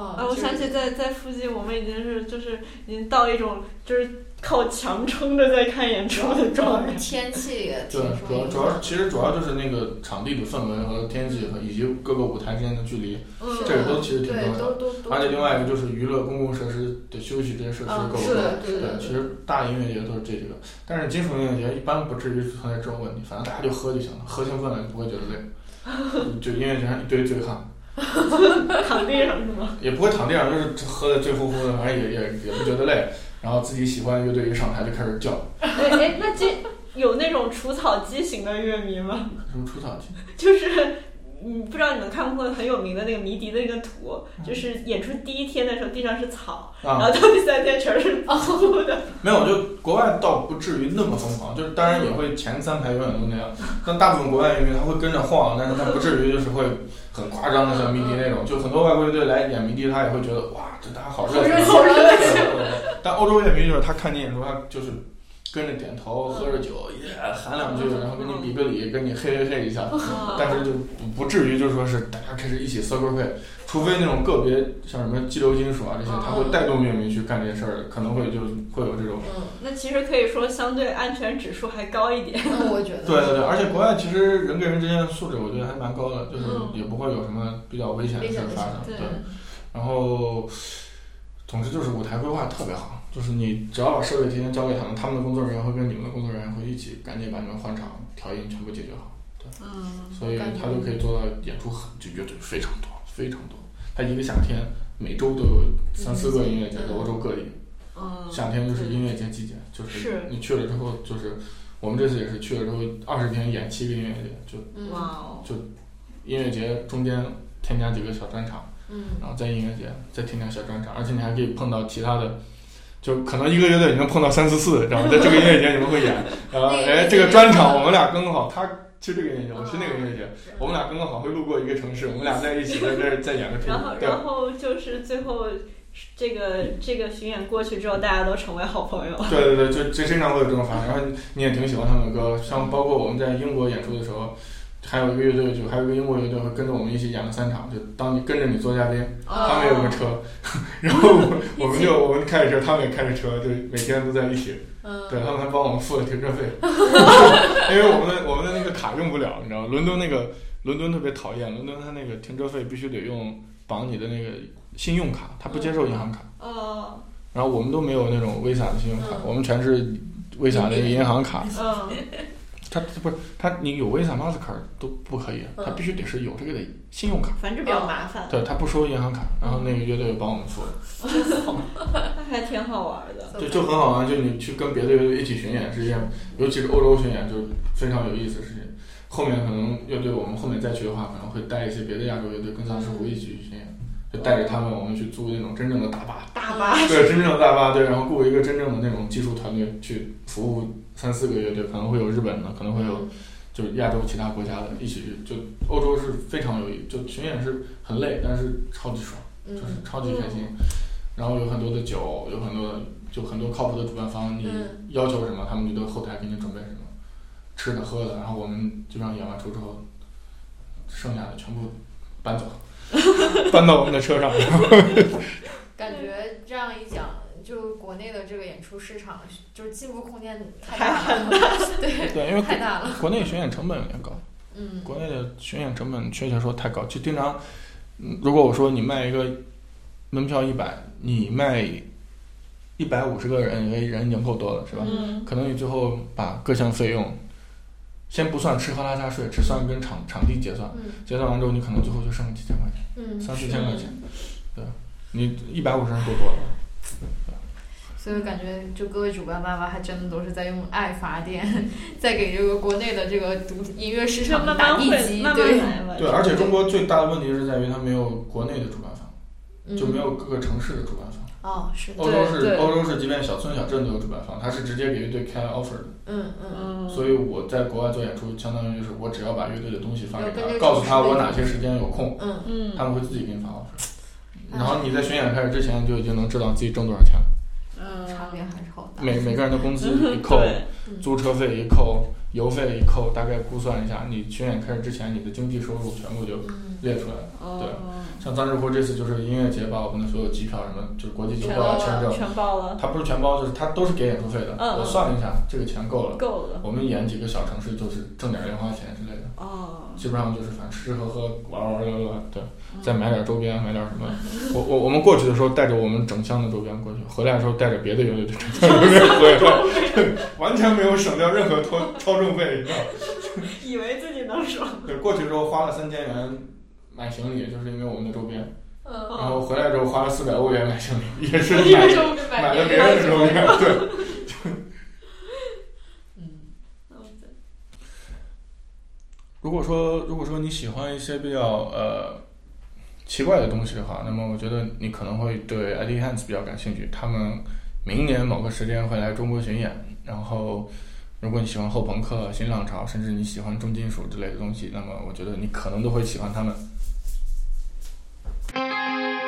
嗯，啊，我就是想起在在附近，我们已经是就是已经到一种就是靠墙撑着在看演出的状态。天气也挺对，主要受影主要响，其实主要就是那个场地的氛围和天气和以及各个舞台之间的距离，嗯，这个都其实挺重对，要都的。都都，而且另外一个就是娱乐公共设施的休息这些设施嗯够不是够？的，对对，对其实大音乐节都是这几个，但是金属音乐节一般不至于存在这种问题，反正大家就喝就行了，喝兴奋了就不会觉得 [laughs] 累，就音乐节上一堆醉汉，躺地上是吗？也不会躺地上，就是喝的醉乎乎的，反正也也也不觉得累，然后自己喜欢的乐队一上台就开始叫，哎哎，那 [laughs] 这有那种除草机型的乐迷吗？什么除草机， [laughs] 就是。嗯，不知道你们看过很有名的那个迷笛的那个图，就是演出第一天的时候地上是草，然嗯啊后，到第三天全 [laughs] 是秃的。没有，就国外倒不至于那么疯狂，就是当然也会前三排永远都那样，但大部分国外乐迷他会跟着晃，但是他不至于就是会很夸张的像迷笛那种，就很多外国乐队来演迷笛，他也会觉得哇，这大家好热热情啊。情，对 [laughs] 但欧洲乐迷就是他看你演出，他就是跟着点头，喝着酒，也喊两句，然后跟你比个里，跟你嘿嘿嘿一下，哦 [laughs] 但是就不不至于就说是大家开始一起 circle 会，除非那种个别像什么激流金属啊这些，他会带动乐迷去干这些事儿，可能会就会有这种。 [laughs] 那其实可以说相对安全指数还高一点。嗯， [laughs] 我觉得对对对，而且国外其实人跟人之间的素质，我觉得还蛮高的，就是也不会有什么比较危险嗯的危事险儿的事发生儿。对，然后，总之就是舞台规划特别好，就是你只要把设备提前交给他们，他们的工作人员会跟你们的工作人员会一起赶紧把你们换场、调音全部解决好。对，嗯嗯所以他就可以做到演出很就乐队非常多，非常多。他一个夏天每周都有三四个音乐节在欧洲各地。嗯，夏天就是音乐节季节，就是是你去了之后，就是我们这次也是去了之后，二十天演七个音乐节，就哇哦，音乐节中间添加几个小专场，嗯，然后在音乐节再添加小专场，而且你还可以碰到其他的，就可能一个乐队你能碰到三四次，然后在这个音乐节你们会演，[laughs] 然后哎这个专场我们俩刚好，他去这个音乐节，我去那个音乐节，嗯我们俩刚刚好会路过一个城市，我们俩在一起在这儿在演个然后出，对。然后就是最后这个这个巡演过去之后，大家都成为好朋友。对对对，就这经常会有这种发生。然后你也挺喜欢他们的歌，像包括我们在英国演出的时候，还有一个乐队，就还有一个英国乐队会跟着我们一起演了三场。就当你跟着你做嘉宾，他们也有个车，然后我我们就我们开着车，他们也开着车，就每天都在一起。嗯对他们还帮我们付了停车费，因为我们的我们的那个卡用不了，你知道吗，伦敦那个伦敦特别讨厌，伦敦它那个停车费必须得用绑你的那个信用卡，它不接受银行卡。 [laughs] 哦，然后我们都没有那种 Visa 的信用卡，我们全是 Visa 的银行卡。嗯，它不是它，你有 Visa、Mastercard 都不可以，啊它必须得是有这个的信用卡。反正比较麻烦，对，它不收银行卡。然后那个乐队帮我们付，那还挺好玩的。就就很好玩。就你去跟别的乐队一起巡演是一件，尤其是欧洲巡演，就是非常有意思的事情。后面可能乐队我们后面再去的话，可能会带一些别的亚洲乐队跟丧尸湖一起去巡演，就带着他们我们去租那种真正的大巴，大巴，对，真正的大巴，对，然后雇一个真正的那种技术团队去服务三四个乐队，可能会有日本的，可能会嗯有就是亚洲其他国家的，一起去，就欧洲是非常有意，就巡演是很累，但是超级爽，嗯就是超级开心。然后有很多的酒，有很多的就很多靠谱的主办方，你要求什么，他们就到后台给你准备什么，吃的喝的，然后我们基本上演完出之后，剩下的全部搬走，搬到我们的车上， [laughs] 然后感觉这样一讲，就国内的这个演出市场就是进步空间太还大了，对，对，因为太大了，国内巡演成本有点高，嗯国内的巡演成本确切说太高。就经常，嗯如果我说你卖一个门票一百，你卖一百五十个人，因为人已经够多了，是吧？嗯，可能你最后把各项费用，先不算吃喝拉撒睡，只算跟场场地结算，嗯结算完之后，你可能最后就剩几千块钱，嗯，三四千块钱。对，你一百五十人够多了。嗯所以感觉就各位主办爸爸还真的都是在用爱发电，在给这个国内的这个独音乐市就场慢打慢地会，基，慢慢对，来吧。对，而且中国最大的问题是在于它没有国内的主办方，就没嗯有各个城市的主办方。哦，是的，欧洲对是对欧洲是，即便小村小镇都有主办方，他是直接给乐队开 offer 的。嗯嗯嗯，所以我在国外做演出，相当于就是我只要把乐队的东西发给有跟这他，个告诉他城市我的哪些时间有空，嗯嗯，啊他们会自己给你发 offer。然后你在巡演开始之前就已经能知道自己挣多少钱了，嗯，差别还是好大，嗯每每个人的工资 [laughs] 一扣，对，租车费一扣，油费一扣，大概估算一下，你巡演开始之前你的经济收入全部就嗯列出来了。哦，像张志波这次就是音乐节把我们的所有机票什么，就是国际机全票啊包签了，证，全包了，他不是全包，就是他都是给演出费的。嗯我算了一下，这个钱够了。够了。我们演几个小城市，就是挣点零花钱之类的，哦，基本上就是反正吃吃喝喝、玩玩乐乐，对，再买点周边，买点什么。我我我们过去的时候带着我们整箱的周边过去，回来的时候带着别的乐队的整箱周边回 [laughs] 来，完全没有省掉任何超超重费，你知道吗？以为自己能爽，对，过去之后花了三千元买行李，就是因为我们的周边，嗯，然后回来之后花了四百欧元买行李，也 [laughs] 是因买为就买了别别人的人周边，对。嗯如果说如果说你喜欢一些比较呃奇怪的东西的话，那么我觉得你可能会对 ID Hands 比较感兴趣。他们明年某个时间会来中国巡演，然后如果你喜欢后朋克、新浪潮，甚至你喜欢重金属之类的东西，那么我觉得你可能都会喜欢他们。"Oh,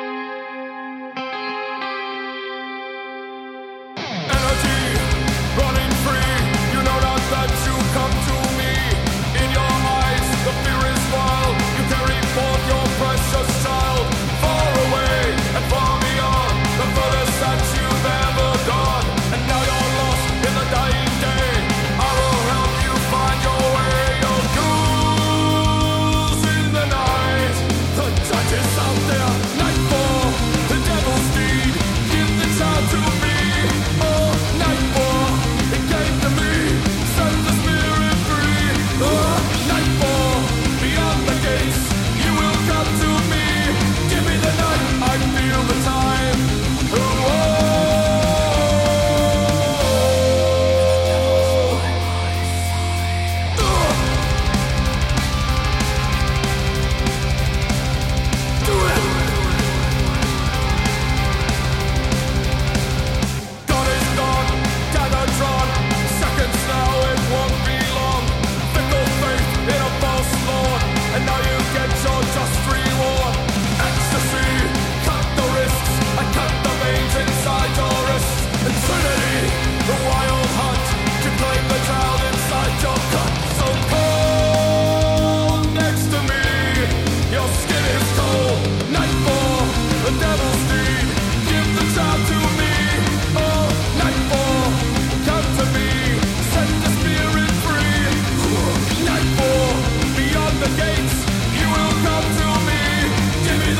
Oh,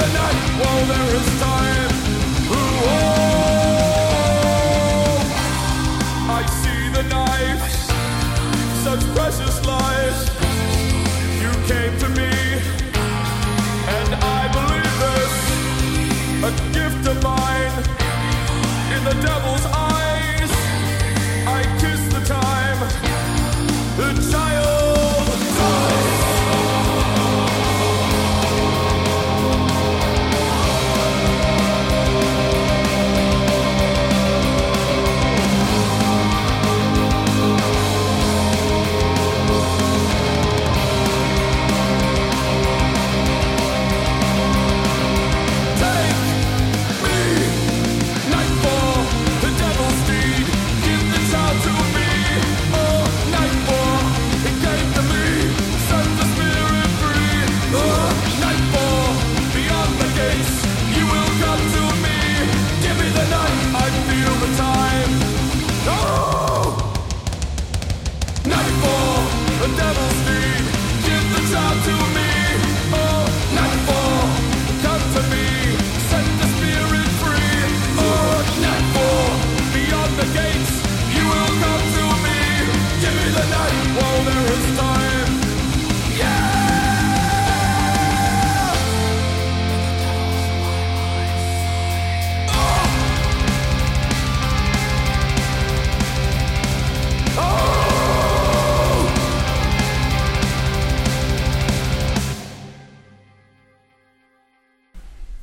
time while there is time. Ooh, oh, I see the knife, such precious lives. You came to me, and I believe this. A gift divine in the devil's eyes. I kiss the time, the child dies. Oh, Oh, Nightfall, the devil's need. Give the child to me. Oh, nightfall, come to me. Set the spirit free. Oh, nightfall, beyond the gates, you will come to me. Give me the night while there is time.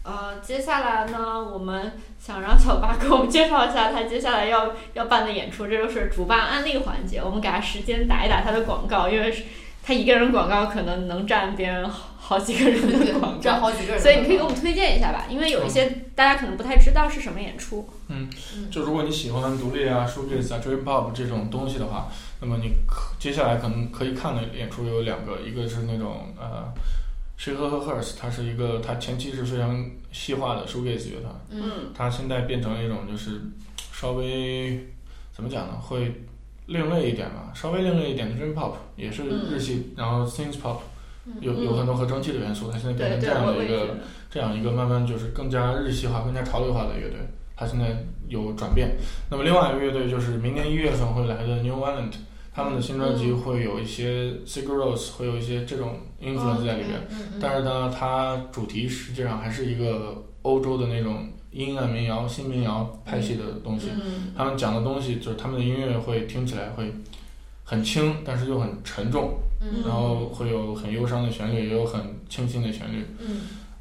呃，接下来呢，我们想让小八给我们介绍一下他接下来要要办的演出，这就是主办案例环节。我们给他时间打一打他的广告，因为是他一个人广告可能能占别人好好几个人的广占告，好几个人，所以你可以给我们推荐一下吧，因为有一些大家可能不太知道是什么演出。嗯就如果你喜欢独立啊、s h o e g a z e 啊、dream pop 这种东西的话，那么你可接下来可能可以看的演出有两个，一个是那种呃 s h a k e Her Hers，它是一个它前期是非常西化的 s h o e g a z e 乐团，嗯它现在变成了一种就是稍微怎么讲呢，会另类一点吧，稍微另类一点的 dream pop，也是日嗯系，然后 synth pop，有嗯有很多合成器的元素，它现在对变成这对，样我的我一也觉个得。这样一个慢慢就是更加日系化、更加潮流化的乐队，它现在有转变。那么另外一个乐队就是明年一月份会来的 New Violent，他们的新专辑会有一些 s i g r o s 会有一些这种嗯 influence 在里边，但是呢，它主题实际上还是一个欧洲的那种阴暗民谣、新民谣派系的东西。嗯他们讲的东西就是他们的音乐会听起来会很轻，但是又很沉重，嗯然后会有很忧伤的旋律，也有很清新的旋律。嗯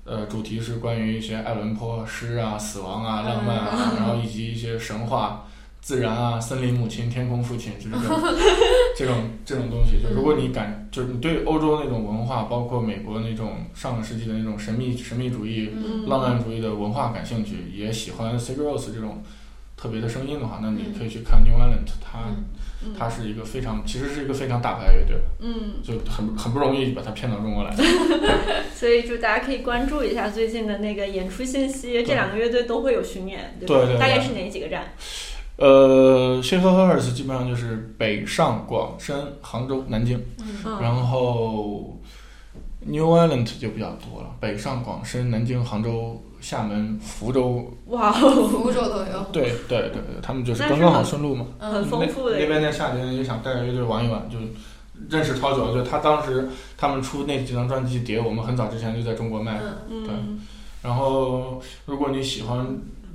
呃，主题是关于一些爱伦坡诗啊、死亡啊、浪漫啊，嗯然后以及一些神话、自然啊、森林母亲、天空父亲，就是这种 [laughs] 这种这种东西。就如果嗯你感，就是你对欧洲那种文化，包括美国那种上个世纪的那种神秘神秘主义、嗯浪漫主义的文化感兴趣，也喜欢 s i g r o s 这种特别的声音的话，那你可以去看 New Island，它、嗯它是一个非常其实是一个非常大牌的乐队，嗯，就很很不容易把它骗到中国来。所以就大家可以关注一下最近的那个演出信息，这两个乐队都会有巡演，对吧？对对对大概是哪几个站？呃 s h a k e h e r s 基本上就是北上广深、杭州、南京，嗯，然后 New Island 就比较多了，北上广深、南京、杭州、厦门、福州，哇哦，嗯福州都有，对对对对，他们就是那是刚刚好很顺路嘛。很丰富的嗯那一那边个。在夏天也想带着乐队玩一玩，就认识超久了。就他当时他们出那几张专辑碟，我们很早之前就在中国卖了。嗯嗯，然后，如果你喜欢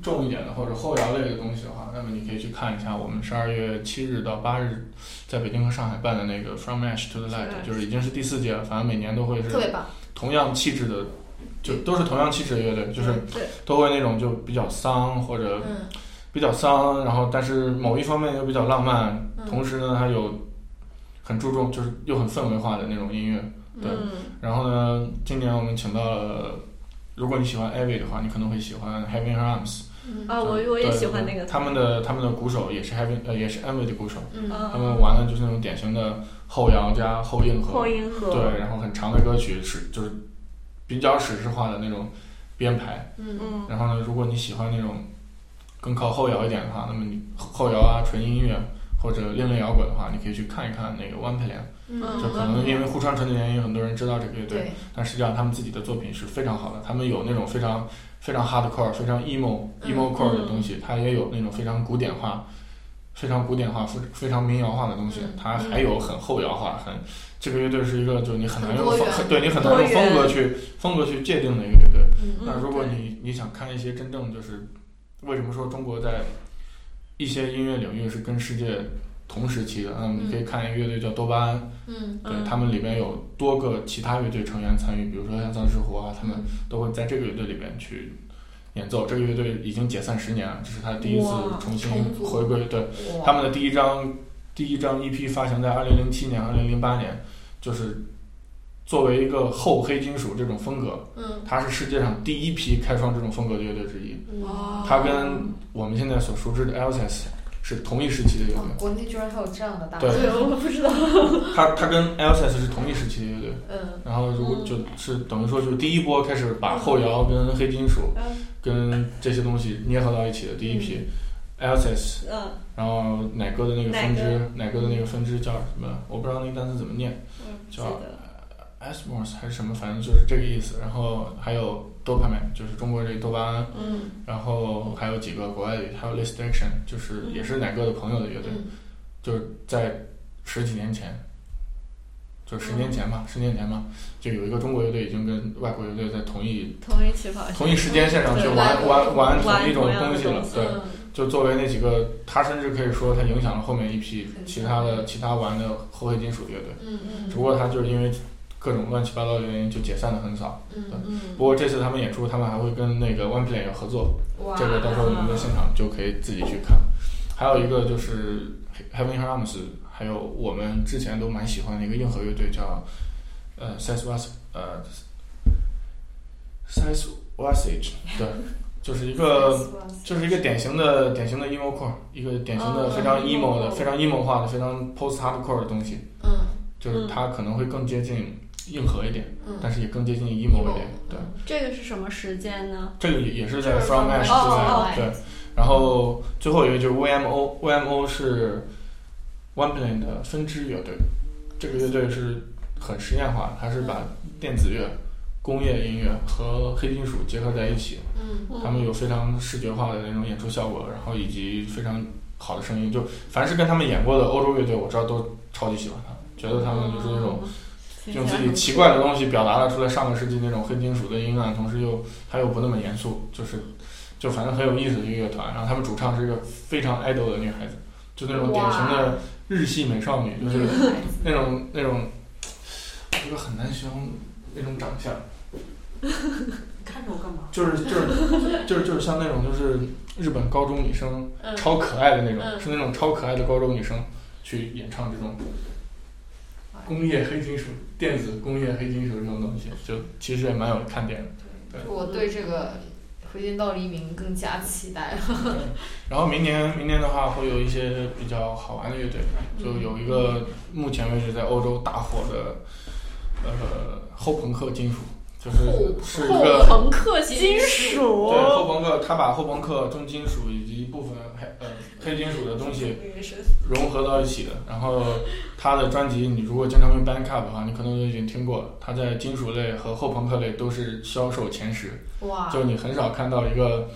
重一点的或者后摇类的东西的话，那么你可以去看一下我们十二月七日到八日在北京和上海办的那个《From Ash to the Light》， Ash 就是已经是第四届了，反正每年都会是特别棒，同样气质的，就都是同样气质的乐队，就是对都会那种就比较丧或者嗯比较丧，然后但是某一方面又比较浪漫，同时呢它有很注重就是又很氛围化的那种音乐，对。嗯然后呢，今年我们请到了，如果你喜欢 Ivy 的话，你可能会喜欢 Having Her Arms。啊，我我也对喜欢那个他们的他们的鼓手也是 Having 呃也是 Ivy 的鼓手，嗯他们嗯，玩的就是那种典型的后摇加后硬核，后音盒，对，然后很长的歌曲是就是比较史诗化的那种编排。嗯嗯然后呢，如果你喜欢那种更靠后摇一点的话，那么你后摇啊纯音乐或者另类摇滚的话，你可以去看一看那个湾佩良，啊就可嗯，能因为呼川纯的原因，很多人知道这个乐队，对，但实际上他们自己的作品是非常好的，他们有那种非常非常 hardcore、非常 emo、嗯 emo core 的东西，它也有那种非常古典化、非常古典化、非非常民谣化的东西嗯，它还有很后摇化，很这个乐队是一个就你很难用很多风元，对你很难多用元风格去风格去界定的一个乐队。嗯那如果你你想看一些真正就是为什么说中国在一些音乐领域是跟世界同时期的，那嗯么你可以看一个乐队叫多巴胺。嗯对嗯他们里边有多个其他乐队成员参与，比如说像丧尸湖啊，他嗯们都会在这个乐队里边去演奏。这个乐队已经解散十年了，这是他第一次哇重新重组回归。对，哇他们的第一张第一张 EP 发行在二零零七年、二零零八年，就是作为一个后黑金属这种风格，嗯它是世界上第一批开创这种风格的乐队之一。哦哇它跟我们现在所熟知的 Elsis 是同一时期的乐哇队，国内居然还有这样的大对队，我不知道，它它跟 Elsis 是同一时期的乐队。嗯然后如果就是等于说，就是第一波开始把后摇跟黑金属嗯跟这些东西捏合到一起的第一批 a l s i s 嗯，然后奶哥的那个分支奶，奶哥的那个分支叫什么？我不知道那个单词怎么念我不记叫得， a s m o r s 还是什么，反正就是这个意思。然后还有 dopamine，就是中国这多巴胺，嗯然后还有几个国外的，还有 List Action，就是也是奶哥的朋友的乐队，嗯就是在十几年前，就十年前吧，十年前吧，就有一个中国乐队已经跟外国乐队在同一同一起跑线，同一时间线上去对玩玩玩玩同一种同样的东西了东。西对，嗯就作为那几个，他甚至可以说他影响了后面一批嗯其他的其他玩的后黑金属乐队，嗯只嗯不过他就是因为各种乱七八糟的原因就解散的很少。嗯不过这次他们演出，他们还会跟那个 One Play 有合作，哇，这个到时候你们在现场就可以自己去看。还有一个就是 Heaven Arms，还有我们之前都蛮喜欢的一个硬核乐队叫呃 s i z e w a s 呃 s i z e w a s a g e 对，就是一个就是一个典型的典型的 emo core，一个典型的哦非常 emo 的、 emo 非常 emo 化的、非常 post hardcore 的东西，嗯就是它可能会更接近硬核一点，嗯，但是也更接近 emo 一点。对，这个是什么时间呢？这个也也是就在是 From From Ash 之是前， Ash 哦对。然后最后一个就是 VMO，VMO 是 One Plane 的分支乐队，这个乐队是很实验化的，它是把电子乐、工业音乐和黑金属结合在一起，嗯他们有非常视觉化的那种演出效果，然后以及非常好的声音，就凡是跟他们演过的欧洲乐队，我知道都超级喜欢他们，觉得他们就是那哦种用自己奇怪的东西表达了出来上个世纪那种黑金属的阴暗，同时又还有不那么严肃，就是就反正很有意思的一个乐团。然后他们主唱是一个非常 idol 的女孩子，就那种典型的日系美少女，嗯就是那种那种，一个很难形容那种长相，看着我干嘛？就是就是就是就是像那种就是日本高中女生嗯超可爱的那种，是那种超可爱的高中女生去演唱这种工业黑金属、电子工业黑金属这种东西，就其实也蛮有看点的。就我对这个《回军到黎明》更加期待了。然后明年明年的话会有一些比较好玩的乐队，就有一个目前为止在欧洲大火的呃后朋克金属，就是是一个朋克金属对后朋克，他把后朋克、重金属以及部分黑呃黑金属的东嗯西融合到一起的。然后他的专辑，你如果经常用 Bandcamp 的话，你可能都已经听过了。他在金属类和后朋克类都是销售前十，哇，就你很少看到一个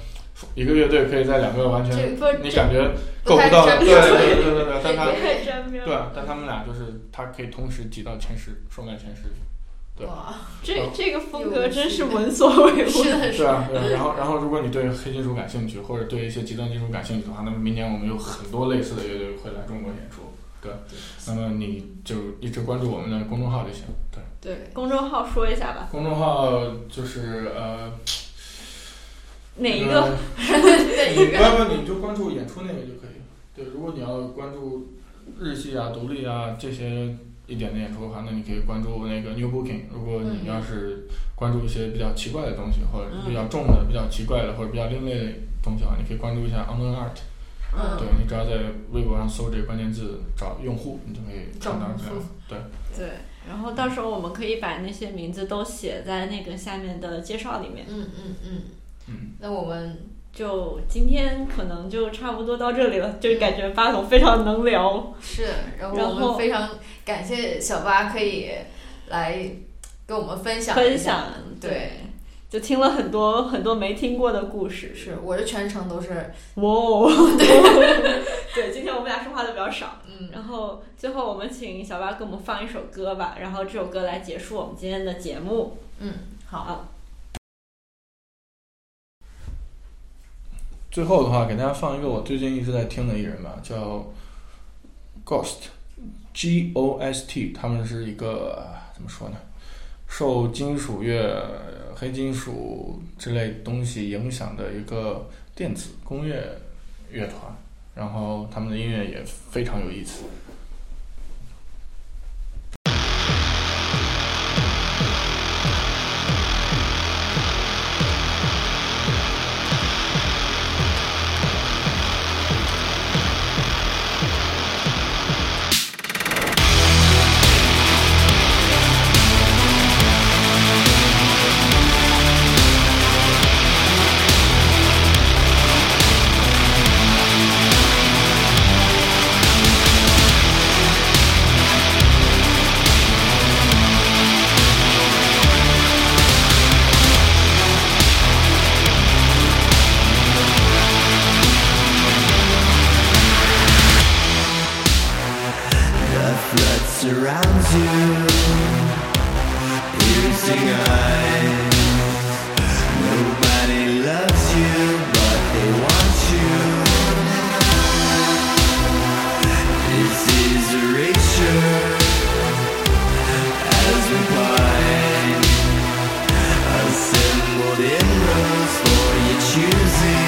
一个乐队可以在两个完全这不是你感觉不够太不到的，沾对边对对对对对，但他对 [laughs] 太沾边。对，啊但他们俩就是他可以同时挤到前十，双盖前十。对哇，嗯这这个风有格意思真是闻所未闻。是的，是对的，啊，对啊然后然后如果你对黑金属感兴趣，或者对一些极端金属感兴趣的话，那么明年我们有很多类似的乐队会来中国演出。对，那么你就一直关注我们的公众号就行。对，对，公众号说一下吧，公众号就是呃哪一个？ [laughs] 呃 [laughs] 对你一个不不，你就关注演出那个就可以了。对，如果你要关注日系啊、独立啊这些一点的演出的话，那你可以关注那个 New Booking。如果你嗯要是关注一些比较奇怪的东西，或者比较重的、比较奇怪的或者比较另类的东西的话，你可以关注一下 Unknown Art。嗯对，你只要在微博上搜这个关键字找用户，你就可以看到这样。对，对，然后到时候我们可以把那些名字都写在那个下面的介绍里面。嗯嗯嗯嗯，那我们就今天可能就差不多到这里了，就感觉巴总非常能聊。是，然后然我后们非常感谢小八可以来跟我们分享分一下享对，就听了很多很多没听过的故事，是我这全程都是哇哦！ [laughs] 对对，今天我们俩说话都比较少，嗯然后最后我们请小八给我们放一首歌吧，然后这首歌来结束我们今天的节目。啊嗯好，最后的话，给大家放一个我最近一直在听的艺人吧，叫 Ghost，G O S T，他们是一个呃怎么说呢？受金属乐、黑金属之类东西影响的一个电子工业乐团，然后他们的音乐也非常有意思。 The flood surrounds you, piercing eyes. Nobody loves you, but they want you. This is erasure as we pine. Assembled inroads for your choosing.